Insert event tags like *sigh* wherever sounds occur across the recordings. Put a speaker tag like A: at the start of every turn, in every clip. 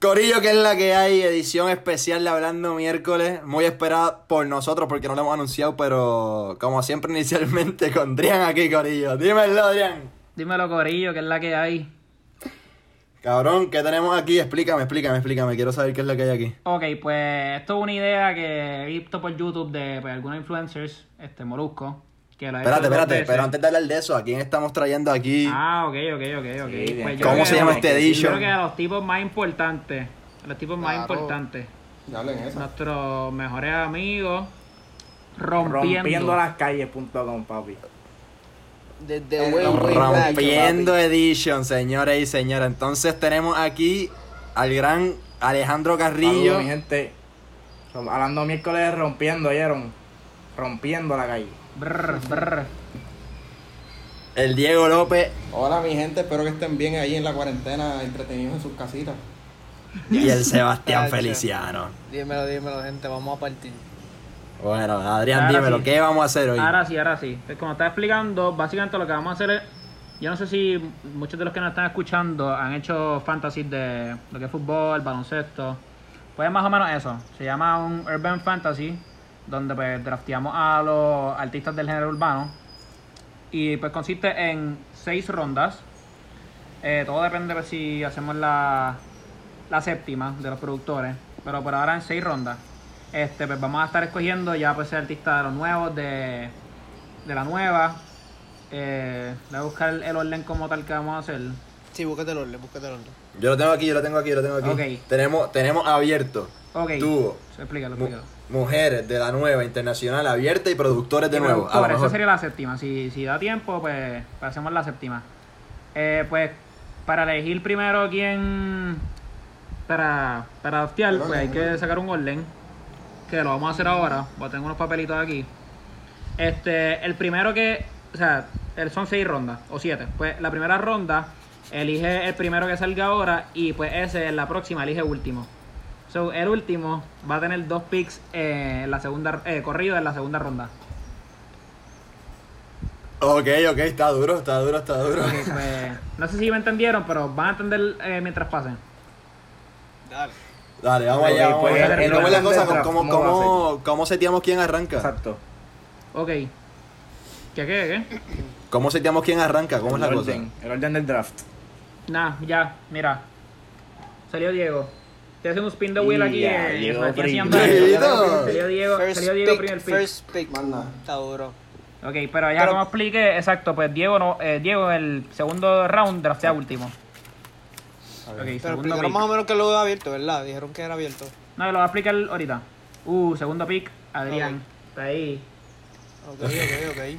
A: Corillo, que es la que hay, edición especial de Hablando Miércoles, muy esperada por nosotros porque no lo hemos anunciado, pero como siempre *laughs* inicialmente con Drian aquí, Corillo. Dímelo, Drian.
B: Dímelo, Corillo, que es la que hay.
A: Cabrón, ¿qué tenemos aquí? Explícame, explícame, explícame. Quiero saber qué es la que hay aquí.
B: Ok, pues esto es una idea que he visto por YouTube de pues, algunos influencers, este Molusco. Que lo ha hecho
A: Espérate,
B: dos
A: espérate,
B: veces.
A: pero antes de hablar de eso, ¿a quién estamos trayendo aquí?
B: eh. Ah, ok, ok, ok, ok.
C: Sí, bien.
B: yo
A: ¿Cómo
B: creo
A: se
B: que-
A: llama este
B: Yo
A: edition?
B: creo que a los tipos más importantes, a los tipos más
D: Claro.
B: importantes,
D: Ya hablen eso.
B: nuestros mejores amigos, rompiendo.
C: Rompiendo las calles.com, papi.
D: Eh,
E: Desde way, way back,
A: Rompiendo
E: papi.
A: Edition, señores y señoras. Entonces tenemos aquí al gran Alejandro Carrillo.
C: Saludos, mi gente. Rom- Hablando miércoles rompiendo, ¿oyeron? Rompiendo la calle.
B: Brr, brr.
A: El Diego López
D: Hola mi gente, espero que estén bien ahí en la cuarentena, entretenidos en sus casitas.
A: y el Sebastián
E: Tacho.
A: Feliciano.
E: Dímelo, dímelo, gente, vamos a partir.
A: Bueno, Adrián,
B: Ahora
A: dímelo,
B: sí.
A: ¿qué vamos a hacer hoy?
B: Ahora sí, ahora sí. Pues como estaba explicando, básicamente lo que vamos a hacer es. Yo no sé si muchos de los que nos están escuchando han hecho fantasies de lo que es fútbol, baloncesto. Pues es más o menos eso. Se llama un Urban Fantasy, donde pues drafteamos a los artistas del género urbano. Y pues consiste en seis rondas. Eh, todo depende de si hacemos la, la séptima de los productores. Pero por ahora en seis rondas. Este, pues vamos a estar escogiendo ya pues artistas de los nuevos, de, de la nueva. Eh, voy a buscar el orden como tal que vamos a hacer.
E: Sí, búscate el orden, búscate el orden.
A: Yo lo tengo aquí, yo lo tengo aquí, yo lo tengo aquí.
B: Ok.
A: Tenemos, tenemos abierto
B: Ok.
A: Tú.
B: Explícalo,
A: mu-
B: explícalo.
A: mujeres de la nueva internacional abierta y productores de nuevo. A lo
B: Productores, esa
A: mejor.
B: sería la séptima. Si, si da tiempo, pues, pues hacemos la séptima. Eh, pues para elegir primero quién. Para, para adoptar,
D: Perdón,
B: pues hay
D: perdón.
B: que sacar un orden. Que lo vamos a hacer ahora. Voy a tener unos papelitos aquí. Este, el primero que. O sea, el- son seis rondas o siete. Pues la primera ronda elige el primero que salga ahora y pues ese en la próxima elige último. So, el último va a tener dos picks eh, en la segunda eh, corrido en la segunda ronda.
A: Ok, ok, está duro, está duro, está duro.
B: Ok, pues, no sé si me entendieron, pero van a entender eh, mientras pasen.
E: Dale.
A: Dale, vamos
C: Ok,
A: allá. Vamos
C: pues,
A: allá.
B: el-
A: Y ¿Cómo es la
C: el-
A: cosa?
C: el draft,
A: ¿Cómo,
C: ¿cómo va a
A: cómo, cómo seteamos quién arranca?
C: Exacto.
B: Ok. ¿Qué, qué, qué?
A: ¿Cómo seteamos quién arranca? ¿Cómo es
C: El
A: la cosa?
C: orden, el orden del draft.
B: Nah, ya, mira. Salió Diego. Estoy haciendo un spin the wheel aquí.
C: Ya,
B: eh,
C: Diego
B: aquí
C: primero.
B: haciendo-
A: Dieguito.
B: Salió Diego,
E: First
B: salió Diego
E: pick,
B: primer pick.
E: first pick.
D: Más nada.
E: Está duro.
B: Ok, pero ya
E: Pero-
B: como expliqué, exacto, pues Diego no, eh, Diego en el segundo round draftea último. Ok,
E: Pero
B: segundo
E: explicaron más o
B: pick.
E: menos que lo de abierto, ¿verdad? Dijeron que era abierto.
B: No, lo va a explicar ahorita. Uh, segundo pick, Adrián. Está ahí.
E: Ok, ok, ok.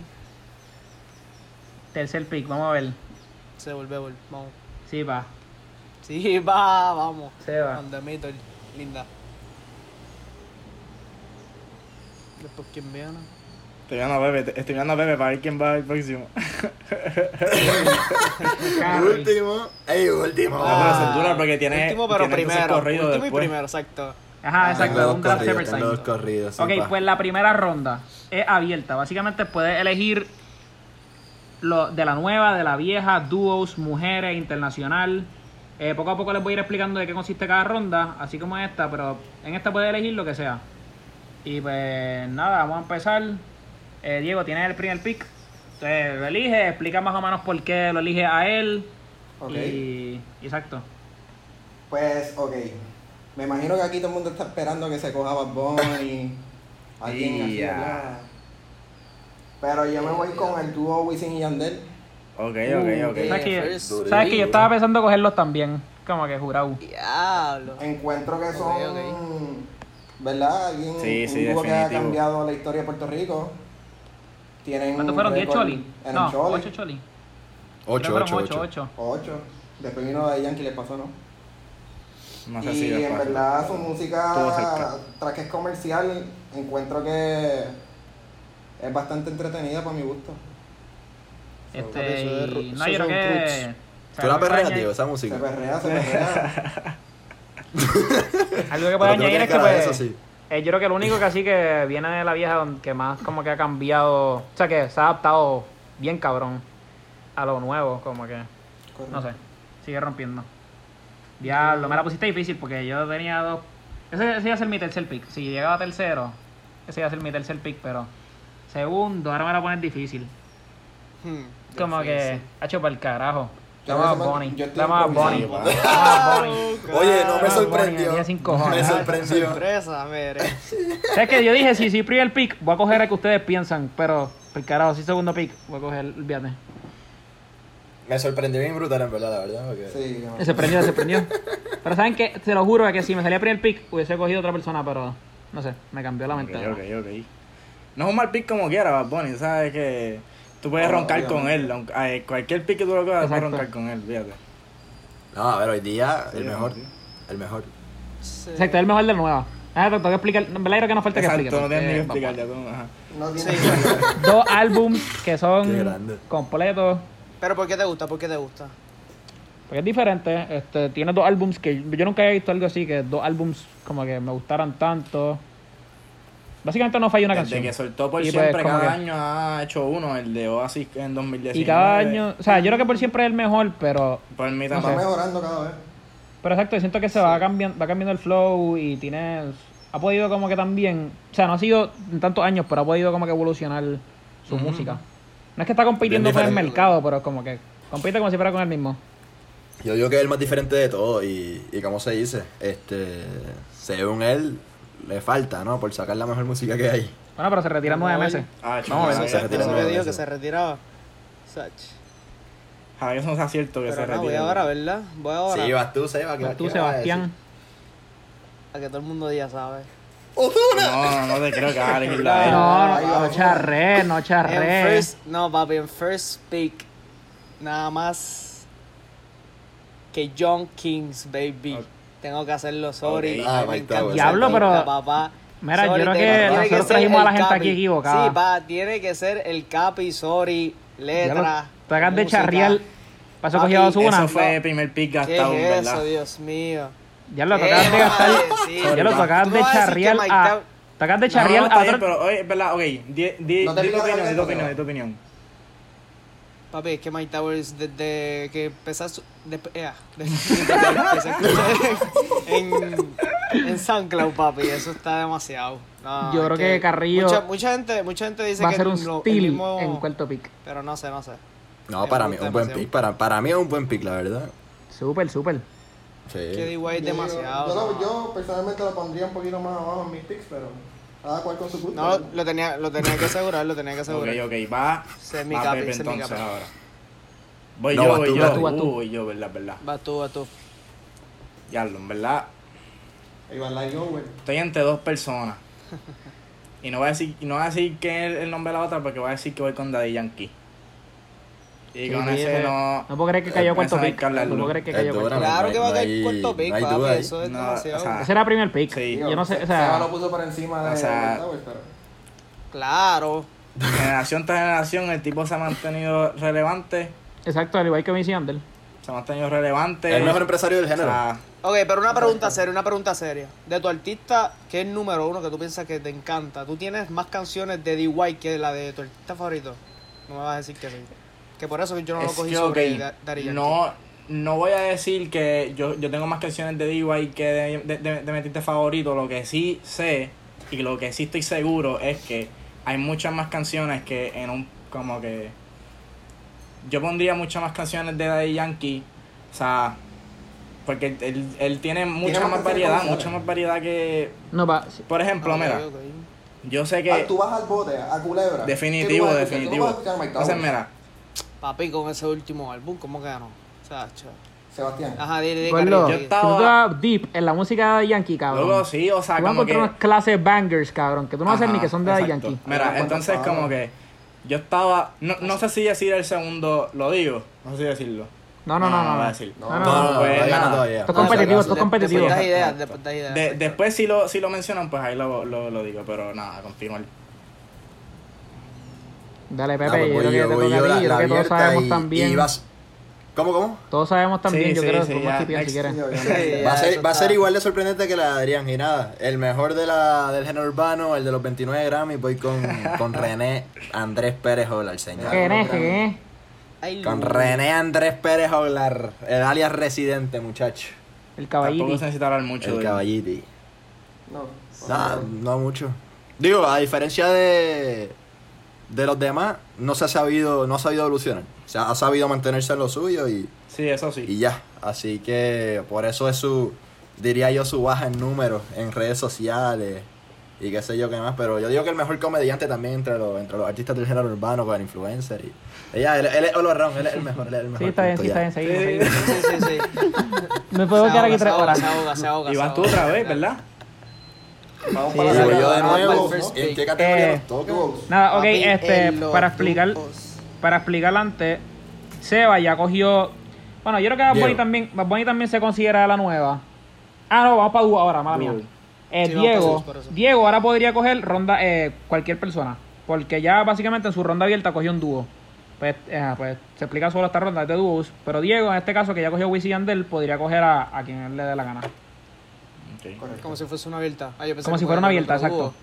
B: Tercer pick, vamos a ver.
E: Se vuelve, vol- vamos.
B: Sí, va.
E: Sí, *laughs* va, vamos.
B: Se va.
E: Anda, Mito, linda. Después, ¿quién viene?
C: Estoy mirando a Bebe, te- estoy mirando a Bebe para ver quién va al próximo. *laughs*
B: Carry.
A: Último. Ey, último.
C: Ah, pero se dura porque tiene-
E: Último, pero
C: tiene entonces
E: primero.
C: corrido
E: Último
C: después.
E: y primero, exacto.
A: Ah,
B: Ajá,
A: Tengo
B: exacto,
A: dos
B: un draft
A: corridos,
B: separate.
A: tengo dos corridos, sí,
B: Ok,
A: pa.
B: pues la primera ronda es abierta. Básicamente puedes elegir lo de la nueva, de la vieja, dúos, mujeres, internacional. Eh, poco a poco les voy a ir explicando de qué consiste cada ronda, así como esta, pero en esta puedes elegir lo que sea. Y pues nada, vamos a empezar. Eh, Diego, tienes el primer pick. Entonces, lo elige, explica más o menos por qué lo elige a él.
D: Ok.
B: Y exacto.
D: Pues, ok. Me imagino que aquí todo el mundo está esperando que se coja Bad Bunny. *laughs* Alguien así,
C: Ya.
D: ¿verdad? Pero yo me voy con el dúo Wisin y Yandel.
C: Eh, Ok,
B: Uh,
C: ok, ok.
B: ¿Sabes que,
E: First
A: Duro,
B: sabes que
A: duro.
B: yo estaba pensando cogerlos también? Como que jurado.
E: Diablo.
D: Encuentro que son.
E: Ok,
D: ¿Verdad? Alguien,
C: Sí,
D: un
C: sí,
D: dúo que ha
C: definitivo.
D: cambiado la historia de Puerto Rico. Tienen
B: ¿Cuántos
D: un
B: fueron? ¿10
D: récord
B: choli?
D: En
B: No,
D: el Uh, Choli.
B: 8 choli.
A: Ocho,
B: Creo que
A: ocho,
B: fueron
A: ocho.
B: 8.
D: Ocho. Después vino de Yankee, le pasó, ¿no?
C: No sé si
D: y
C: es
D: en
C: fácil.
D: verdad su
C: Estuvo cerca.
D: música, tras que es comercial, encuentro que es bastante entretenida para mi gusto.
B: Este,
E: Eso es ru-
B: y- no, yo
E: eso
B: creo
E: son
B: que... o sea,
A: ¿Tú la
B: algo que puedo
A: perreas,
B: añadir-
A: tío, esa
D: Se
A: música?
D: perrea, se
C: *laughs*
D: perrea.
B: Algo que
A: Pero
B: puedo
A: tú no
B: añadir
A: tienes
B: es que
A: cara de
B: pues,
A: eso, sí.
B: eh, yo creo que lo único que así que viene de la vieja don- que más como que ha cambiado, o sea que se ha adaptado bien cabrón a lo nuevo, como que, no sé, sigue rompiendo. Diablo, me la pusiste difícil porque yo tenía dos. Ese, ese iba a ser mi tercer pick. Si llegaba tercero, ese iba a ser mi tercer pick, pero. Segundo, ahora me la pones difícil.
E: Hmm,
B: Como que. Ha hecho para el carajo.
D: Yo
B: Dame a
D: me-
B: Bonnie.
D: yo estoy
B: Dame a Bonnie.
D: improvisando,
B: Dame a Bonnie. *laughs*
A: Oye, no me
B: Bonnie,
A: sorprendió.
B: tenía sin cojones.
A: Me
E: Ah,
A: sorprendió.
E: Sorpresa, mire.
B: ¿Sabes qué? Yo dije, si soy primer pick, voy a coger el que ustedes piensan, pero. Por carajo, si segundo pick, voy a coger, olvídate.
A: Me sorprendió bien brutal, en verdad, la verdad. Porque...
D: Sí, no.
B: Se sorprendió, se sorprendió. Pero saben que, te lo juro, que si me salía primer pick, hubiese cogido otra persona, pero. No sé, me cambió la
C: Ok,
B: mente.
C: ok, ok. No es un mal pick como quiera, Bad Bunny, sabes que tú puedes
D: No,
C: roncar con él. aunque- ay, cualquier pick que tú lo cojas, puedes
B: Exacto.
C: roncar con él, fíjate.
A: No, a ver, hoy día, el
C: Sí,
A: mejor.
C: sí.
A: El mejor.
E: Sí.
B: Exacto, es el mejor de nueva. Ah, te tengo que explicar. En verdad, creo que no falta que explique.
C: Exacto, no tienes ni que
B: porque,
C: explicar ya tú. Ajá.
D: No tiene
B: *laughs*
D: sentido.
B: vamos, Dos álbums que
A: Qué
B: son
A: grande.
B: completos.
E: Pero ¿por qué te gusta? ¿Por qué te gusta?
B: Porque es diferente. Este, tiene dos álbums que yo nunca había visto algo así, que dos álbums como que me gustaran tanto. Básicamente no falla una
C: Desde
B: canción.
C: que soltó por
B: Y pues,
C: siempre,
B: como
C: cada
B: que-
C: año ha hecho uno, el de Oasis en 2019.
B: Y cada
C: eh.
B: año, o sea, yo creo que por siempre es el mejor, pero
C: Por mí
D: Va
C: tampoco.
D: mejorando cada vez.
B: Pero exacto, siento que se va cambiando, va cambiando el flow y tiene. Ha podido como que también. O sea, no ha sido en tantos años, pero ha podido como que evolucionar su música. No es que está compitiendo
A: Bien
B: con el
A: diferente.
B: mercado, pero es como que compite como si fuera con el mismo.
A: Yo digo que es el más diferente de todo y, y como se dice, este, según él, le falta, ¿no? Por sacar la mejor música que hay.
B: Bueno, pero se retira en nueve
E: Bueno,
B: meses.
C: Ah, chico,
A: Vamos a ver,
C: Javier,
A: se
E: Por
A: retira
E: eso
A: nueve
E: me dijo que
A: veces.
E: se retiraba. Sach.
C: Javier, eso no es cierto que se
E: Pero no, voy
C: retire.
E: ahora, ¿verdad? Voy ahora.
A: Sí, vas tú, Seba. ¿qué
B: Pero
A: vas-
B: tú,
A: qué vas a decir?
B: Sebastián.
E: A que todo el mundo ya sabe.
C: No, no te creo que vas a
E: *laughs*
C: elegir la
B: No,
C: de él.
B: no,
D: Ahí va,
B: no,
D: ahí va.
B: charré, no
E: En
B: charré.
E: first, no, papi, en first pick. Nada más que John Kings, baby.
C: Ok.
E: Tengo que hacerlo, sorry.
A: Ah,
E: me
A: ahí está,
E: encanta
A: bueno.
B: Diablo,
E: esa
B: pero-
E: tinta, papá.
B: Mira, yo creo
E: te-
B: que
E: tiene
B: nosotros
E: ser
B: trajimos a la
E: el
B: gente aquí
E: capi.
B: equivocada.
E: Sí, pa, tiene que ser el capi, sorry.
B: Ya lo-
E: Letra.
B: Te hagas de
E: música.
B: charrial. Pasó
E: Papi,
B: cogido a Osuna.
C: Eso fue el primer pick
E: ¿Qué
C: gastado,
E: es
C: ¿verdad?
E: eso, Dios mío?
B: Ya lo
E: ¿Qué
B: tocabas de
E: vas a
B: gastar.
E: decir?
B: Ya lo
E: Eh, Tú
B: tocabas de
E: no vas a decir que
B: charrial
E: Mike
B: a.
E: Dow-
B: Tocabas de
C: No, no,
B: charrial
C: está
B: a
C: bien,
B: otro.
C: pero, oye, es verdad, ok, di, di,
D: No te
C: di tu
D: pidas
C: opinión, di tu
D: tanto,
C: opinión,
D: pero-
C: di tu opinión.
E: Papi, es que Mike Towers desde que empezaste desde, eh, ah,
B: *laughs*
E: desde que empecé a escuchar en, en SoundCloud, papi, eso está demasiado. No,
B: Yo
E: es
B: creo que Carrillo
E: mucha, mucha gente, mucha gente dice
B: Va a
E: que
B: ser un
E: lo- el
B: steal
E: mismo-
B: en cuarto pick.
E: pero no sé, no sé.
A: No, para mí, un buen pick. Para, para mí es un buen pick, la verdad.
B: Súper, súper.
E: Que
A: Sí.
E: D-Way es
D: Yo digo,
E: demasiado.
D: Yo, lo-
E: no.
D: yo personalmente lo pondría un poquito más abajo en mis picks, pero cada cual con su gusto.
E: No, lo tenía, lo tenía que asegurar, lo tenía que
C: Ok,
E: asegurar.
C: ok, va,
E: Semi
C: va
E: capi,
C: Pepe
E: semi
C: entonces
E: capi.
C: ahora. Voy
A: No,
C: yo,
A: vas
C: voy
A: tú,
C: yo,
A: vas tú,
B: vas tú.
C: uh, voy yo, verdad, verdad.
E: Vas tú, vas tú.
C: Ya, en verdad,
D: Ahí va Light Over.
C: estoy entre dos personas. Y no voy a decir, y no voy a decir que es el nombre de la otra, porque voy a decir que voy con Daddy Yankee. Y
B: Sí,
C: con
B: sí,
C: ese
B: ese-
C: no...
B: No puedo creer que cayó
C: Eh,
B: cuarto
C: esa es
B: pick.
C: Carla
B: No puedo
C: Luna.
B: creer que
A: Es
B: cayó
A: dura,
B: cuarto
A: no-
E: Claro
A: no
E: que va a
A: hay-
E: caer cuarto pick,
A: no hay
E: papi,
A: duda ahí.
E: eso es
C: No,
E: demasiado.
C: o sea,
B: pick. Ese era primer pick.
C: Sí.
B: Yo no sé, o
D: Seba
B: sea.
D: lo puso por encima de
C: o sea,
D: Light Over, pero.
E: Claro.
C: generación tras generación, el tipo se ha mantenido relevante.
B: Exacto, al igual que Vinci Ander.
C: Se ha mantenido relevante.
A: El mejor empresario del
C: O
A: género.
C: sea,
E: Ok, pero una pregunta seria, una pregunta seria. De tu artista, ¿qué es el número uno que tú piensas que te encanta? ¿Tú tienes más canciones de D.Y. que la de tu artista favorito? No me vas a decir que sí. Que por eso yo no lo
C: es
D: pues,
E: cogí
C: que,
E: sobre
C: ok,
E: Da- Daddy Yankee.
C: no, no voy a decir que yo, yo tengo más canciones de D.Y. que de, de, de- de mi artista favorito. Lo que sí sé y lo que sí estoy seguro es que hay muchas más canciones que en un. Como que. Yo pondría muchas más canciones de Daddy Yankee. O sea. Porque él, él- él tiene mucha
D: más
C: más
D: canciones
C: variedad,
D: comerciales.
C: mucha más variedad que.
B: No, va.
C: Por ejemplo,
E: Ok,
C: mira,
E: ok.
C: yo sé que.
D: Ah, tú vas al bote, a Culebra.
C: Definitivo,
D: ¿Qué tú vas a escuchar?
C: definitivo.
D: Tú no vas a escuchar Mike
C: Entonces,
D: Towers.
C: mira,
E: Papi, con ese último álbum, ¿cómo que no? Sacho.
D: Sebastián.
E: Ajá, dile, dile,
B: Gordo,
E: Carrillo,
C: yo
E: dile.
C: estaba-
B: tú estás deep en la música de Yankee, cabrón.
C: luego sí, o sea,
B: Tú vas a
C: como que.
B: encontrar unas clases bangers, cabrón, que tú no vas a
C: Ajá,
B: hacer ni que son de Daddy
C: exacto.
B: Yankee.
C: Mira,
D: Ajá,
C: entonces
D: cuántas
C: como
D: palabras.
C: que yo estaba, no, no sé si decir el segundo, lo digo, no sé si decirlo.
B: No, no, no, no.
C: voy a
B: no.
C: decir.
B: No,
A: No,
B: no,
A: no,
B: no.
A: no, todavía no,
C: nada.
A: todavía.
B: Esto es competitivo, esto es
E: De-
B: competitivo.
E: Después das ideas, después das ideas. pues.
C: De-
E: perfecto.
C: después si lo, si lo mencionan, pues ahí lo, lo, lo digo, pero nada, continuar.
B: Dale,
A: Ah, pues
B: Pepe, yo
A: voy
B: creo que te
A: voy
B: toca a
A: la-
B: ti, yo
A: la
B: creo que todos
A: abierta
B: sabemos
A: y- y
B: también.
A: vas- ¿Cómo, cómo?
B: Todos sabemos también,
C: Sí,
B: yo
C: sí,
B: creo,
C: sí,
B: como
C: ya,
B: Skippy, si
C: next.
B: quieres.
D: Sí, obviamente.
E: Sí,
A: Va a,
E: ya,
A: ser,
E: eso
A: va a ser
E: está.
A: igual de sorprendente que la de Adrián Ginada. El mejor de la, del género urbano, el de los 29 Grammy, voy
B: *laughs*
A: con, con René Andrés Pérez Olar, señor.
B: ¿Qué eres, qué es?
E: Ay,
A: Con
E: Lu-
A: René Andrés Pérez Olar, el alias residente, muchacho.
B: El
C: Tampoco
B: caballito.
C: se necesita hablar mucho
A: El
C: de-
A: caballiti.
D: No.
A: Nah, no mucho. Digo, a diferencia de, de los demás, no se ha sabido, no ha sabido evolucionar. O sea, ha sabido mantenerse en lo suyo y,
C: Sí, eso sí.
A: y ya. Así que por eso es su, diría yo, su baja en números, en redes sociales y qué sé yo qué más. Pero yo digo que el mejor comediante también entre los, entre los artistas del género urbano con el influencer. Y, ella, él, él es all around, él es el mejor, él es el mejor.
B: Sí, está bien,
A: punto,
B: sí,
A: ya.
B: está bien, seguimos,
E: Sí,
B: seguimos.
E: sí, sí.
B: Me *laughs* puedo
E: Se
B: quedar aquí
E: ahoga, se
B: tres
E: ahoga,
B: horas.
E: Se ahoga, se ahoga.
C: Y
E: se
C: vas tú
E: ahoga.
C: otra vez, ¿verdad?
D: Vamos
E: Sí,
D: para
A: Digo,
D: la
A: yo de
D: vamos para el
A: nuevo, pues,
D: first
A: ¿en
D: pick.
A: qué categoría
B: Eh,
A: nos toca?
D: Duos.
B: Nada, ok,
E: Papi,
B: este,
E: en los
B: para explicar,
E: grupos.
B: para explicar antes, Seba ya cogió, bueno, yo creo que Bad Bunny
A: Diego.
B: también, Bad Bunny también se considera la nueva. Ah, no, vamos para Dúo ahora, mala mía.
C: Dúo.
B: Eh,
E: Sí, vamos pa'
B: Diego,
E: Dúo, por eso.
B: Diego ahora podría coger ronda, eh, cualquier persona, porque ya básicamente en su ronda abierta cogió un dúo. Pues, eh, pues se explica solo esta ronda es de dúos, pero Diego en este caso que ya cogió Wisin y Yandel podría coger a, a quien él le dé la gana.
C: Ok.
D: Correcto.
E: Como si fuese una abierta. Ah, yo pensé
B: Como
E: que
B: si fuera una
E: podía
B: abierta,
E: con otro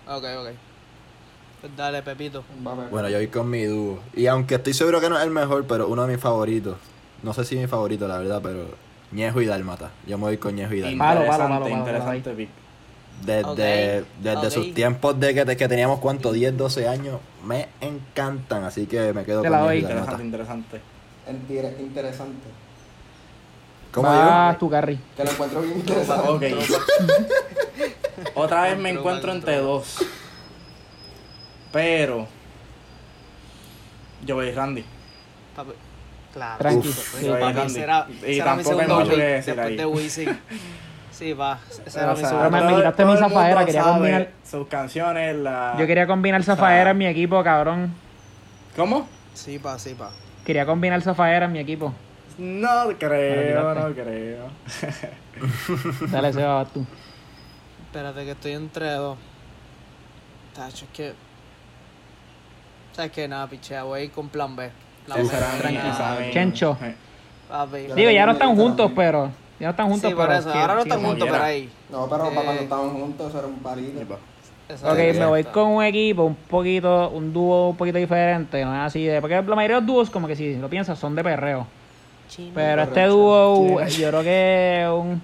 B: exacto.
E: dúo. Ok, ok. Pues dale, Pepito.
D: Va a ver.
A: Bueno, yo voy con mi dúo. Y aunque estoy seguro que no es el mejor, pero uno de mis favoritos. No sé si mi favorito, la verdad, pero Ñejo y Dalmata. Yo me voy con Ñejo y Dalmata.
B: Palo, palo,
C: Interesante,
B: palo, palo,
C: interesante pick.
A: Desde,
E: Ok,
A: desde
E: ok.
A: sus tiempos de que, de que teníamos, ¿cuánto? 10, 12 años. Me encantan, así que me quedo
B: Te
A: con
B: la
A: Ñejo
B: doy.
A: y Dalmata.
C: Interesante, interesante.
D: Inter- Interesante.
A: ¿Cómo
B: Vas
A: digo?
B: tu carry.
D: Que lo encuentro bien interesante.
C: Ok. *laughs* Otra vez me
E: Control,
C: encuentro entre
E: control.
C: dos. Pero. Yo voy Randy.
E: Papi. Claro.
B: Tranqui.
E: Uf,
B: Sí,
E: papi,
C: grande.
E: será,
C: Y
E: será mi
C: tampoco hay
E: segundo
C: mucho que
E: pick
C: decir
E: después
C: ahí. *laughs*
E: de Wisin. Sí, va. Será
C: O
E: mi
C: sea,
E: segundo
B: me-
E: pick.
B: me
C: todo-
B: quitaste
C: todo
B: mi
C: el mundo
B: zafadera, quería
C: sabe
B: combinar-
C: Sus canciones, la.
B: Yo quería combinar Zafaera en mi equipo, cabrón.
C: ¿Cómo?
E: Sí, pa, sí, pa.
B: Quería combinar Zafaera en mi equipo.
C: No creo,
B: Me la
C: no creo.
B: Dale,
C: *laughs*
B: Seba, vas tú.
E: Espérate que estoy entre dos. Tacho, es que... ¿Sabes qué? Nada, pichea. Voy a ir con plan B. Plan B.
C: Será
E: Tranqui.
C: mía, saben.
B: Chencho.
C: Eh,
E: Papi.
D: Yo
B: Digo, ya no están
D: Pero
B: juntos,
D: también-
B: pero. Ya no están juntos,
E: Sí, por
B: pero.
E: eso.
B: sí,
E: Ahora no
B: sí,
E: están
B: como
E: juntos,
C: quiera.
E: pero ahí.
D: No, pero
E: Eh,
D: para cuando estábamos juntos eso era un palito.
E: Eso
B: Ok,
E: es
B: me voy
E: cierto.
B: con un equipo un poquito, un dúo un poquito diferente, no es así de. Porque la mayoría de los dúos, como que si lo piensas, son de perreo. Pero este dúo, eh, yo creo que es un,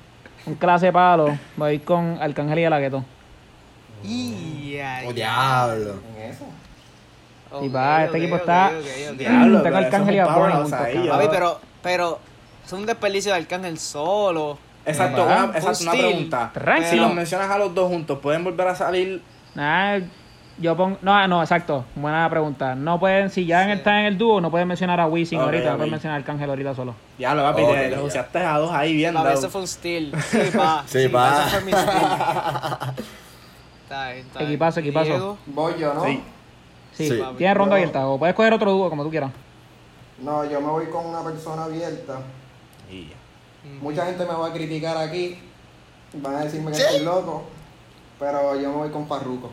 B: un clase palo. Voy con Arcángel y el Agueto.
E: Y ya,
A: Oh,
E: ya.
A: diablo.
D: En eso.
B: Y va,
E: Ok,
B: este
E: ok,
B: equipo
E: ok,
B: está-
E: ok,
C: Diablo,
E: ok.
B: Tengo
C: pero eso es
B: Arcángel y
C: un
B: Bad Bunny
C: powerhouse
B: juntos,
C: ahí,
B: cabrón.
C: yo-
E: Papi, pero, pero es un desperdicio de Arcángel solo.
C: Exacto,
B: Ajá.
C: una, exacto, una
E: Hostil.
C: pregunta.
B: Tranqui.
C: Si los mencionas a los dos juntos, ¿pueden volver a salir?
B: Ah, yo pongo. No, ah, no, exacto. Buena pregunta. No pueden, si ya
E: Sí.
B: están en el dúo, no pueden mencionar a Wisin
C: Ok,
B: ahorita, no
C: ok.
B: pueden mencionar a Arcángel ahorita solo.
C: Diablo,
B: Oh,
C: papi,
A: Ok,
C: te
A: ya.
C: negociaste a dos ahí bien
E: Papi,
C: dado.
E: eso fue un steal. Sí, pa.
A: *laughs* Sí, pa.
E: Eso fue mi steal.
A: *laughs*
E: Está bien, está bien.
B: Equipazo, equipazo.
E: Diego,
D: Voy yo, ¿no?
C: Sí.
B: Sí,
A: Sí.
B: tienes ronda
D: Yo-
B: abierta. O puedes coger otro dúo como tú quieras.
D: No, yo me voy con una persona abierta.
C: Y ya.
D: Mucha gente me va a criticar aquí. Van a decirme que estoy loco. Pero yo me voy con Farruko.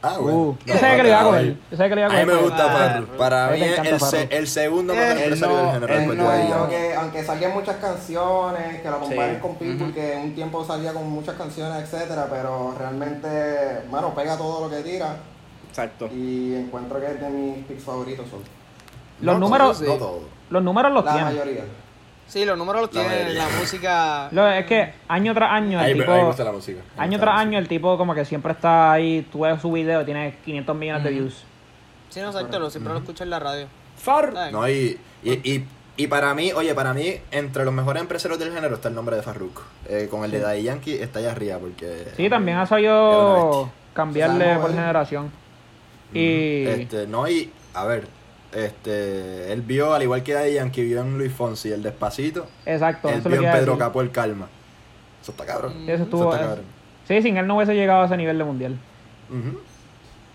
A: Ah,
B: Uh, yo sabía que lo iba a coger. Yo sabía que lo iba
A: A
B: a
A: mí
B: coger.
A: me gusta
E: Ah,
A: Farru. Para
B: a mí
A: mí
B: me
A: es
B: encanta
A: el, se-
B: Farru.
A: el segundo
E: Eh,
A: mejor
E: él
A: empresario del
C: no-
A: género
C: él
A: después
D: No,
A: de
C: Pues
A: ahí, ya.
D: aunque, aunque salgan muchas canciones, que lo comparen
C: Sí.
D: con Pitbull,
C: Ujú.
D: que un tiempo salía con muchas canciones, etcétera, pero realmente, mano, pega todo lo que tira
C: Exacto.
D: y encuentro que es de mis picks favoritos. son.
B: Los
A: No
B: números-
A: todos, No todos.
B: Los números los
D: La
B: tiene.
D: mayoría.
E: Sí, los números los
A: La
E: tiene,
A: mayoría.
E: la música.
B: Lo- es que año tras año
A: Ahí
B: el
A: me-
B: tipo.
A: ahí me gusta la música. Me
B: Año
A: gusta la
B: tras
A: música.
B: año el tipo como que siempre está ahí, tú ves su video, tiene 500 millones de views.
E: Sí, no, exacto, lo- siempre lo escucho en la radio.
C: Far.
E: Está bien.
A: No, y, y, y, y para mí, oye, para mí, entre los mejores empresarios del género está el nombre de Farruko. Eh, con el de Daddy Yankee está allá arriba porque...
B: Sí, también ha
A: Es una
B: sabido
A: bestia.
B: cambiarle
D: Susana
B: por
D: Boyle.
B: generación. Y
A: Este, no, y a ver, este, él vio, al igual que Daddy Yankee, vio en Luis Fonsi el Despacito,
B: exacto,
A: él
B: eso es lo
A: vio en
B: que iba a
A: Pedro
B: decir.
A: Capó el Calma. Eso está cabrón.
E: Mm,
B: Eso
A: Eso
B: estuvo. eh,
A: está cabrón.
B: Sí, sin él no hubiese llegado a ese nivel de mundial.
A: Ujú.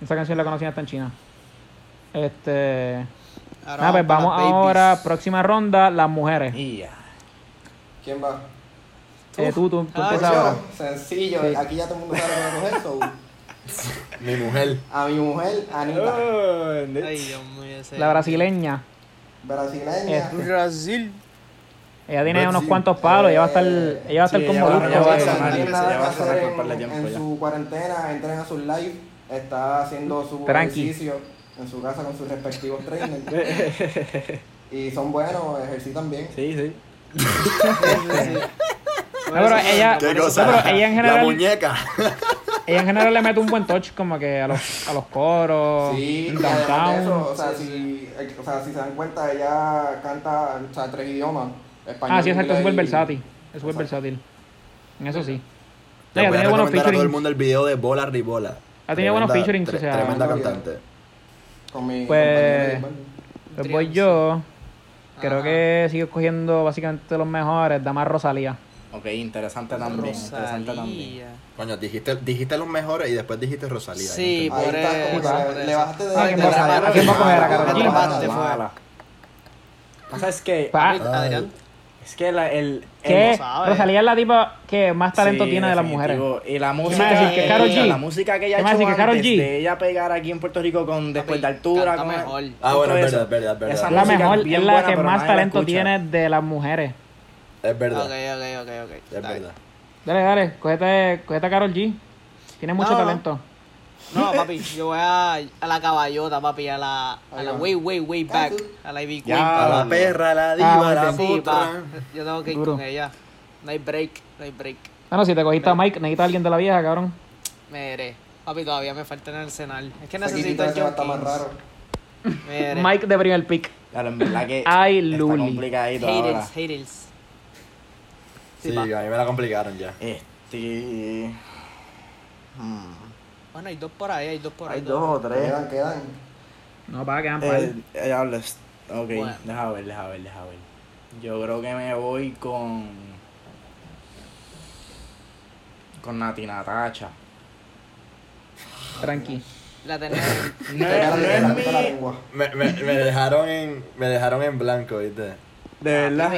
B: Esa canción la conocían hasta en China. Este.
E: Ahora
B: Nada, pues vamos
E: para las
B: ahora,
E: babies.
B: próxima ronda, las mujeres.
C: Y ya.
D: ¿Quién va?
B: Eh, tú, tú, tú
E: Ah,
B: empiezas
D: Pues yo,
B: ahora.
D: sencillo,
B: Sí.
D: aquí ya todo el mundo sabe que voy a coger so,
A: Mi mujer.
D: A mi mujer, Anita,
C: *laughs* Oh,
E: Ay, Dios mío, ese.
B: La brasileña.
D: brasileña.
B: Este.
E: Brasil.
B: Ella tiene
A: Brasil.
B: unos cuantos palos, ella va a estar, ella va a estar
C: Sí,
B: con
C: ella va-
B: Molusco,
C: ella
D: Bueno,
C: va a
B: eso.
D: si no
C: sonar,
D: tienen
C: ella
D: nada
C: va a
D: que
C: sonar
D: hacer
C: por par de
D: en-
C: tiempo
D: en
C: ya.
D: su cuarentena, entren a sus live, está haciendo su
B: Tranqui.
D: ejercicio en su casa con sus respectivos trainers. y son buenos, ejercitan bien.
C: Sí, sí.
E: Sí, sí, sí. Por
B: pero
E: eso-
B: ella-
E: por
A: ¿Qué
E: eso-
A: cosa?
B: pero ella en
A: La
B: general-
A: muñeca.
B: Ella en general le mete un buen touch como que a los, a los coros,
D: Sí,
B: en
D: y además de
B: downtown.
D: eso, o sea, si, eh, o sea, si se dan cuenta, ella canta o sea, tres idiomas. Español,
B: Ah, sí, exacto, es
D: inglés
B: súper
D: y-
B: versátil. Es súper
D: Exacto.
B: versátil. En eso sí.
A: Le
B: Ella
A: voy a
B: tenía buenos
A: recomendar a todo el
B: featuring.
A: mundo el video de Bola Ribola.
B: Ha tenido buenos featurings, o sea.
A: Tremenda cantante.
D: Con mi
B: Pues-
D: compañero
B: Pues
E: Triunfo.
B: voy yo. Creo
E: Ajá.
B: que sigo escogiendo básicamente los mejores. Dama Rosalía.
C: Ok, interesante también. Interesante también.
E: Rosalía.
A: Coño, dijiste, dijiste los mejores y después dijiste Rosalía.
E: Sí,
A: Yo
D: Ahí
E: por
D: está,
E: eso.
D: como que
E: por
D: le
E: eso.
D: bajaste de-
B: Ah, ¿quién
E: de
B: va a
E: la
B: coger?
E: mano.
B: ¿A quién va a coger? ¿A Karol G?
D: Ah,
E: Mala,
C: Mala,
E: mala.
C: mala. Pasa es que,
B: Pa-
A: Ay.
E: Adrián.
C: es que la- el,
B: que
E: no sabe.
B: Rosalía es la tipa que más talento
C: Sí,
B: tiene de las mujeres.
C: definitivo. Y la
B: me vas a
C: música,
B: decir, que Karol
C: ella-
B: G?
C: la música que ella ha
B: ¿Qué me vas a
C: hecho
B: decir, que Karol
C: antes
B: G?
C: de ella pegar aquí en Puerto Rico con después de
E: Papi,
C: altura.
E: canta
C: con-
E: mejor.
A: Ah,
C: con
A: bueno,
C: todo
A: es
C: eso.
A: verdad, es verdad, es verdad.
C: Esa
A: Es
B: La
C: música
B: mejor
C: bien
B: es la
C: buena,
B: que
C: pero
B: más
C: nadie la
B: talento
C: escucha.
B: tiene de las mujeres.
A: creo. Es
E: Ok,
A: verdad.
E: ok, ok, ok.
A: Es verdad.
B: Dale, dale, cogete, cogete a Karol G. Tiene mucho
E: No.
B: talento.
E: No, papi, yo voy a, a la caballota, papi, a la, a
D: Ahí
E: la
D: va.
E: way, way, way back,
D: Casi.
E: a la Ivy
C: Ya,
E: Queen.
A: A la
C: Ah,
A: perra, la
B: ah,
A: diva,
B: ok.
A: la
E: Sí,
A: puta.
E: pa, yo tengo que ir
B: Duro.
E: con ella. No hay break, no hay break.
B: Bueno, si te cogiste a Mike, necesitas a alguien de la vieja, cabrón.
E: Me iré. Papi, todavía me falta en el arsenal. Es que
D: Ese
E: necesito
D: quitito
E: el
D: ese va a estar más
E: John
D: raro.
E: Kings. Me iré.
B: Mike de primer pick.
C: Claro, en verdad que
B: *laughs* Ay,
C: está
B: Luli.
C: complicadito ahora.
E: Haters, haters. Sí,
A: Sí, a
E: pa.
A: mí me la complicaron ya.
C: Este... hmm,
E: Bueno, hay dos por ahí, hay dos por ahí.
C: Hay dos o tres.
D: Quedan, quedan.
B: No, para quedan par.
C: Eh, eh, habla- ok,
E: Bueno.
C: deja ver, deja ver, deja ver. Yo creo que me voy con. Con Nati Natacha.
B: Tranqui.
E: La tenemos.
C: No,
D: Te
C: es-
D: quedan
C: no
D: de
C: es
D: la- de la
C: mi.
D: lengua.
A: Me, me, me dejaron en, me dejaron en blanco, ¿viste?
C: De verdad.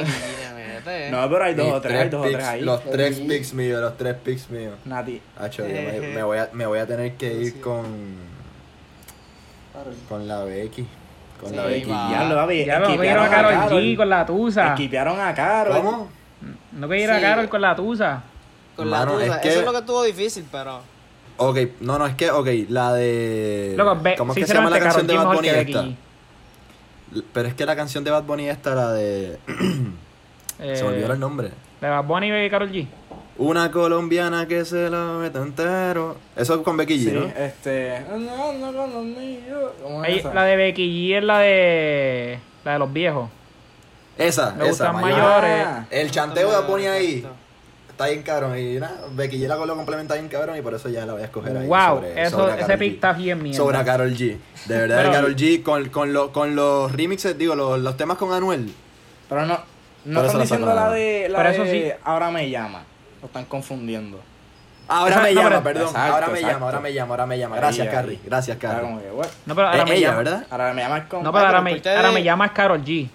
C: No, pero hay dos
A: Mis
C: o tres, hay
A: tres
C: dos o tres
A: picks-
C: ahí.
A: Los tres
D: Sí.
A: picks míos, los tres picks míos.
C: Nati.
A: Acho, yo me,
E: Ejé.
A: me voy a, me voy a tener que ir
E: Sí.
A: con,
D: Claro.
A: con la Becky. Con
E: Sí,
A: la Becky.
E: va.
C: eh, Ya lo había.
B: Ya lo vieron a Karol G con la tusa.
C: Esquipearon a Karol.
A: ¿Cómo?
B: No que ir a
E: Sí.
B: Karol con la tusa.
E: Con la
A: Mano, es
E: tusa.
A: que-
E: Eso es lo que estuvo difícil, pero.
A: Ok, no, no, es que, ok, la de...
B: Loco, ve,
A: ¿Cómo es que se llama
B: sinceramente,
A: la canción
B: Karol
A: de
B: G
A: Bad
B: mejor
A: Bunny
B: que
A: esta?
B: Becky.
A: L- Pero es que la canción de Bad Bunny esta, la de... *clears throat*
B: Eh,
A: Se me olvidó el nombre.
B: De Bad Bunny y Karol G.
A: Una colombiana que se la mete entero. Eso es con Becky G,
C: Sí,
A: ¿no?
C: este. No, no, no, no, no. ¿Cómo es
B: Ey,
C: esa?
B: la de Becky G es la de. La de los viejos.
A: Esa,
B: Me
A: esa,
B: gustan
A: mayor.
B: mayor.
C: Ah,
A: El chanteo de Bad Bunny ahí
E: Exacto.
A: está bien cabrón. Y nada, Becky G la lo complementa bien cabrón y por eso ya la voy a escoger ahí.
B: wow,
A: sobre-
B: eso,
A: sobre
B: ese
A: Karol
B: pick
A: G.
B: está bien mierda.
A: Sobre Carol G. De verdad,
B: Pero-
A: Carol G con, con, lo- con los remixes, digo, los, los temas con Anuel.
C: Pero no.
A: Pero
C: No
A: eso
C: están
A: lo
C: diciendo
A: sacaron.
C: la de. La
B: Pero eso
C: de
B: sí.
C: Ahora me llama. Lo están confundiendo.
A: Ahora
B: Exacto,
A: me llama,
B: pero-
A: perdón.
C: Exacto,
A: ahora me
C: exacto.
A: llama, ahora me llama, ahora me llama.
C: Ahí,
A: Gracias,
C: ahí.
A: Carrie. Gracias,
C: Ahora
A: Carrie.
C: como que, what?
B: No, pero ahora
A: Es
B: me
A: Eh, ella,
B: llama.
A: ¿verdad?
C: Ahora me llamas con.
B: No, pero
E: Ay,
B: ahora
E: pero
B: me,
E: ustedes-
B: ahora me llamas Karol G.
A: Ahora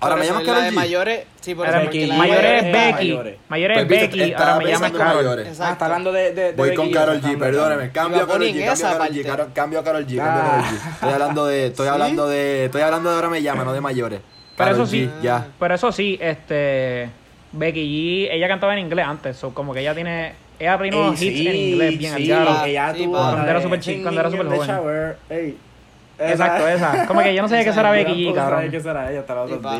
E: Por
A: me
E: eso
A: llamas
E: la
A: Carol
E: de
A: G.
E: mayores, sí, por
B: Ahora
E: eso,
B: me-
C: Becky
E: porque
C: G.
E: la
B: mayor
E: mayor
B: es
C: era
B: Becky.
C: mayores.
B: Mayor es
A: Pues, viste,
B: Becky.
A: estaba
B: Ahora me llamas
A: pensando en
B: Karol.
A: mayores.
E: Exacto.
C: Ah, está hablando de. de, de
A: Voy
C: Becky
A: con
C: G,
A: Carol
C: está
A: G,
C: hablando de Karol
A: perdóname. Cambio
E: Iba
A: a Carol G,
E: Bunny en
A: cambio a
E: esa
A: Karol G,
E: parte.
A: Karol- cambio a Karol G, cambio a Karol G. Estoy hablando de, estoy hablando de, estoy hablando de ahora me llama, no de mayores.
B: Pero
A: Karol
B: eso sí.
A: G, ya.
B: Pero eso sí, este. Becky G, ella cantaba en inglés antes, so como que ella tiene. Ella tiene unos
C: Ey,
B: hits
C: sí,
B: en inglés bien
C: sí,
B: al diablo.
E: pa.
C: ella
E: Sí,
C: tuvo
E: pa.
C: la
B: Cuando era
C: de
B: súper chica, cuando era súper
C: Singing in the
B: joven.
C: Shower, ey.
B: Exacto, esa. Como que yo no sabía que eso era
C: Yo
B: Becky G,
C: tampoco sabía
B: cabrón.
C: que eso era ella hasta los
E: Sí,
C: otros
E: pa.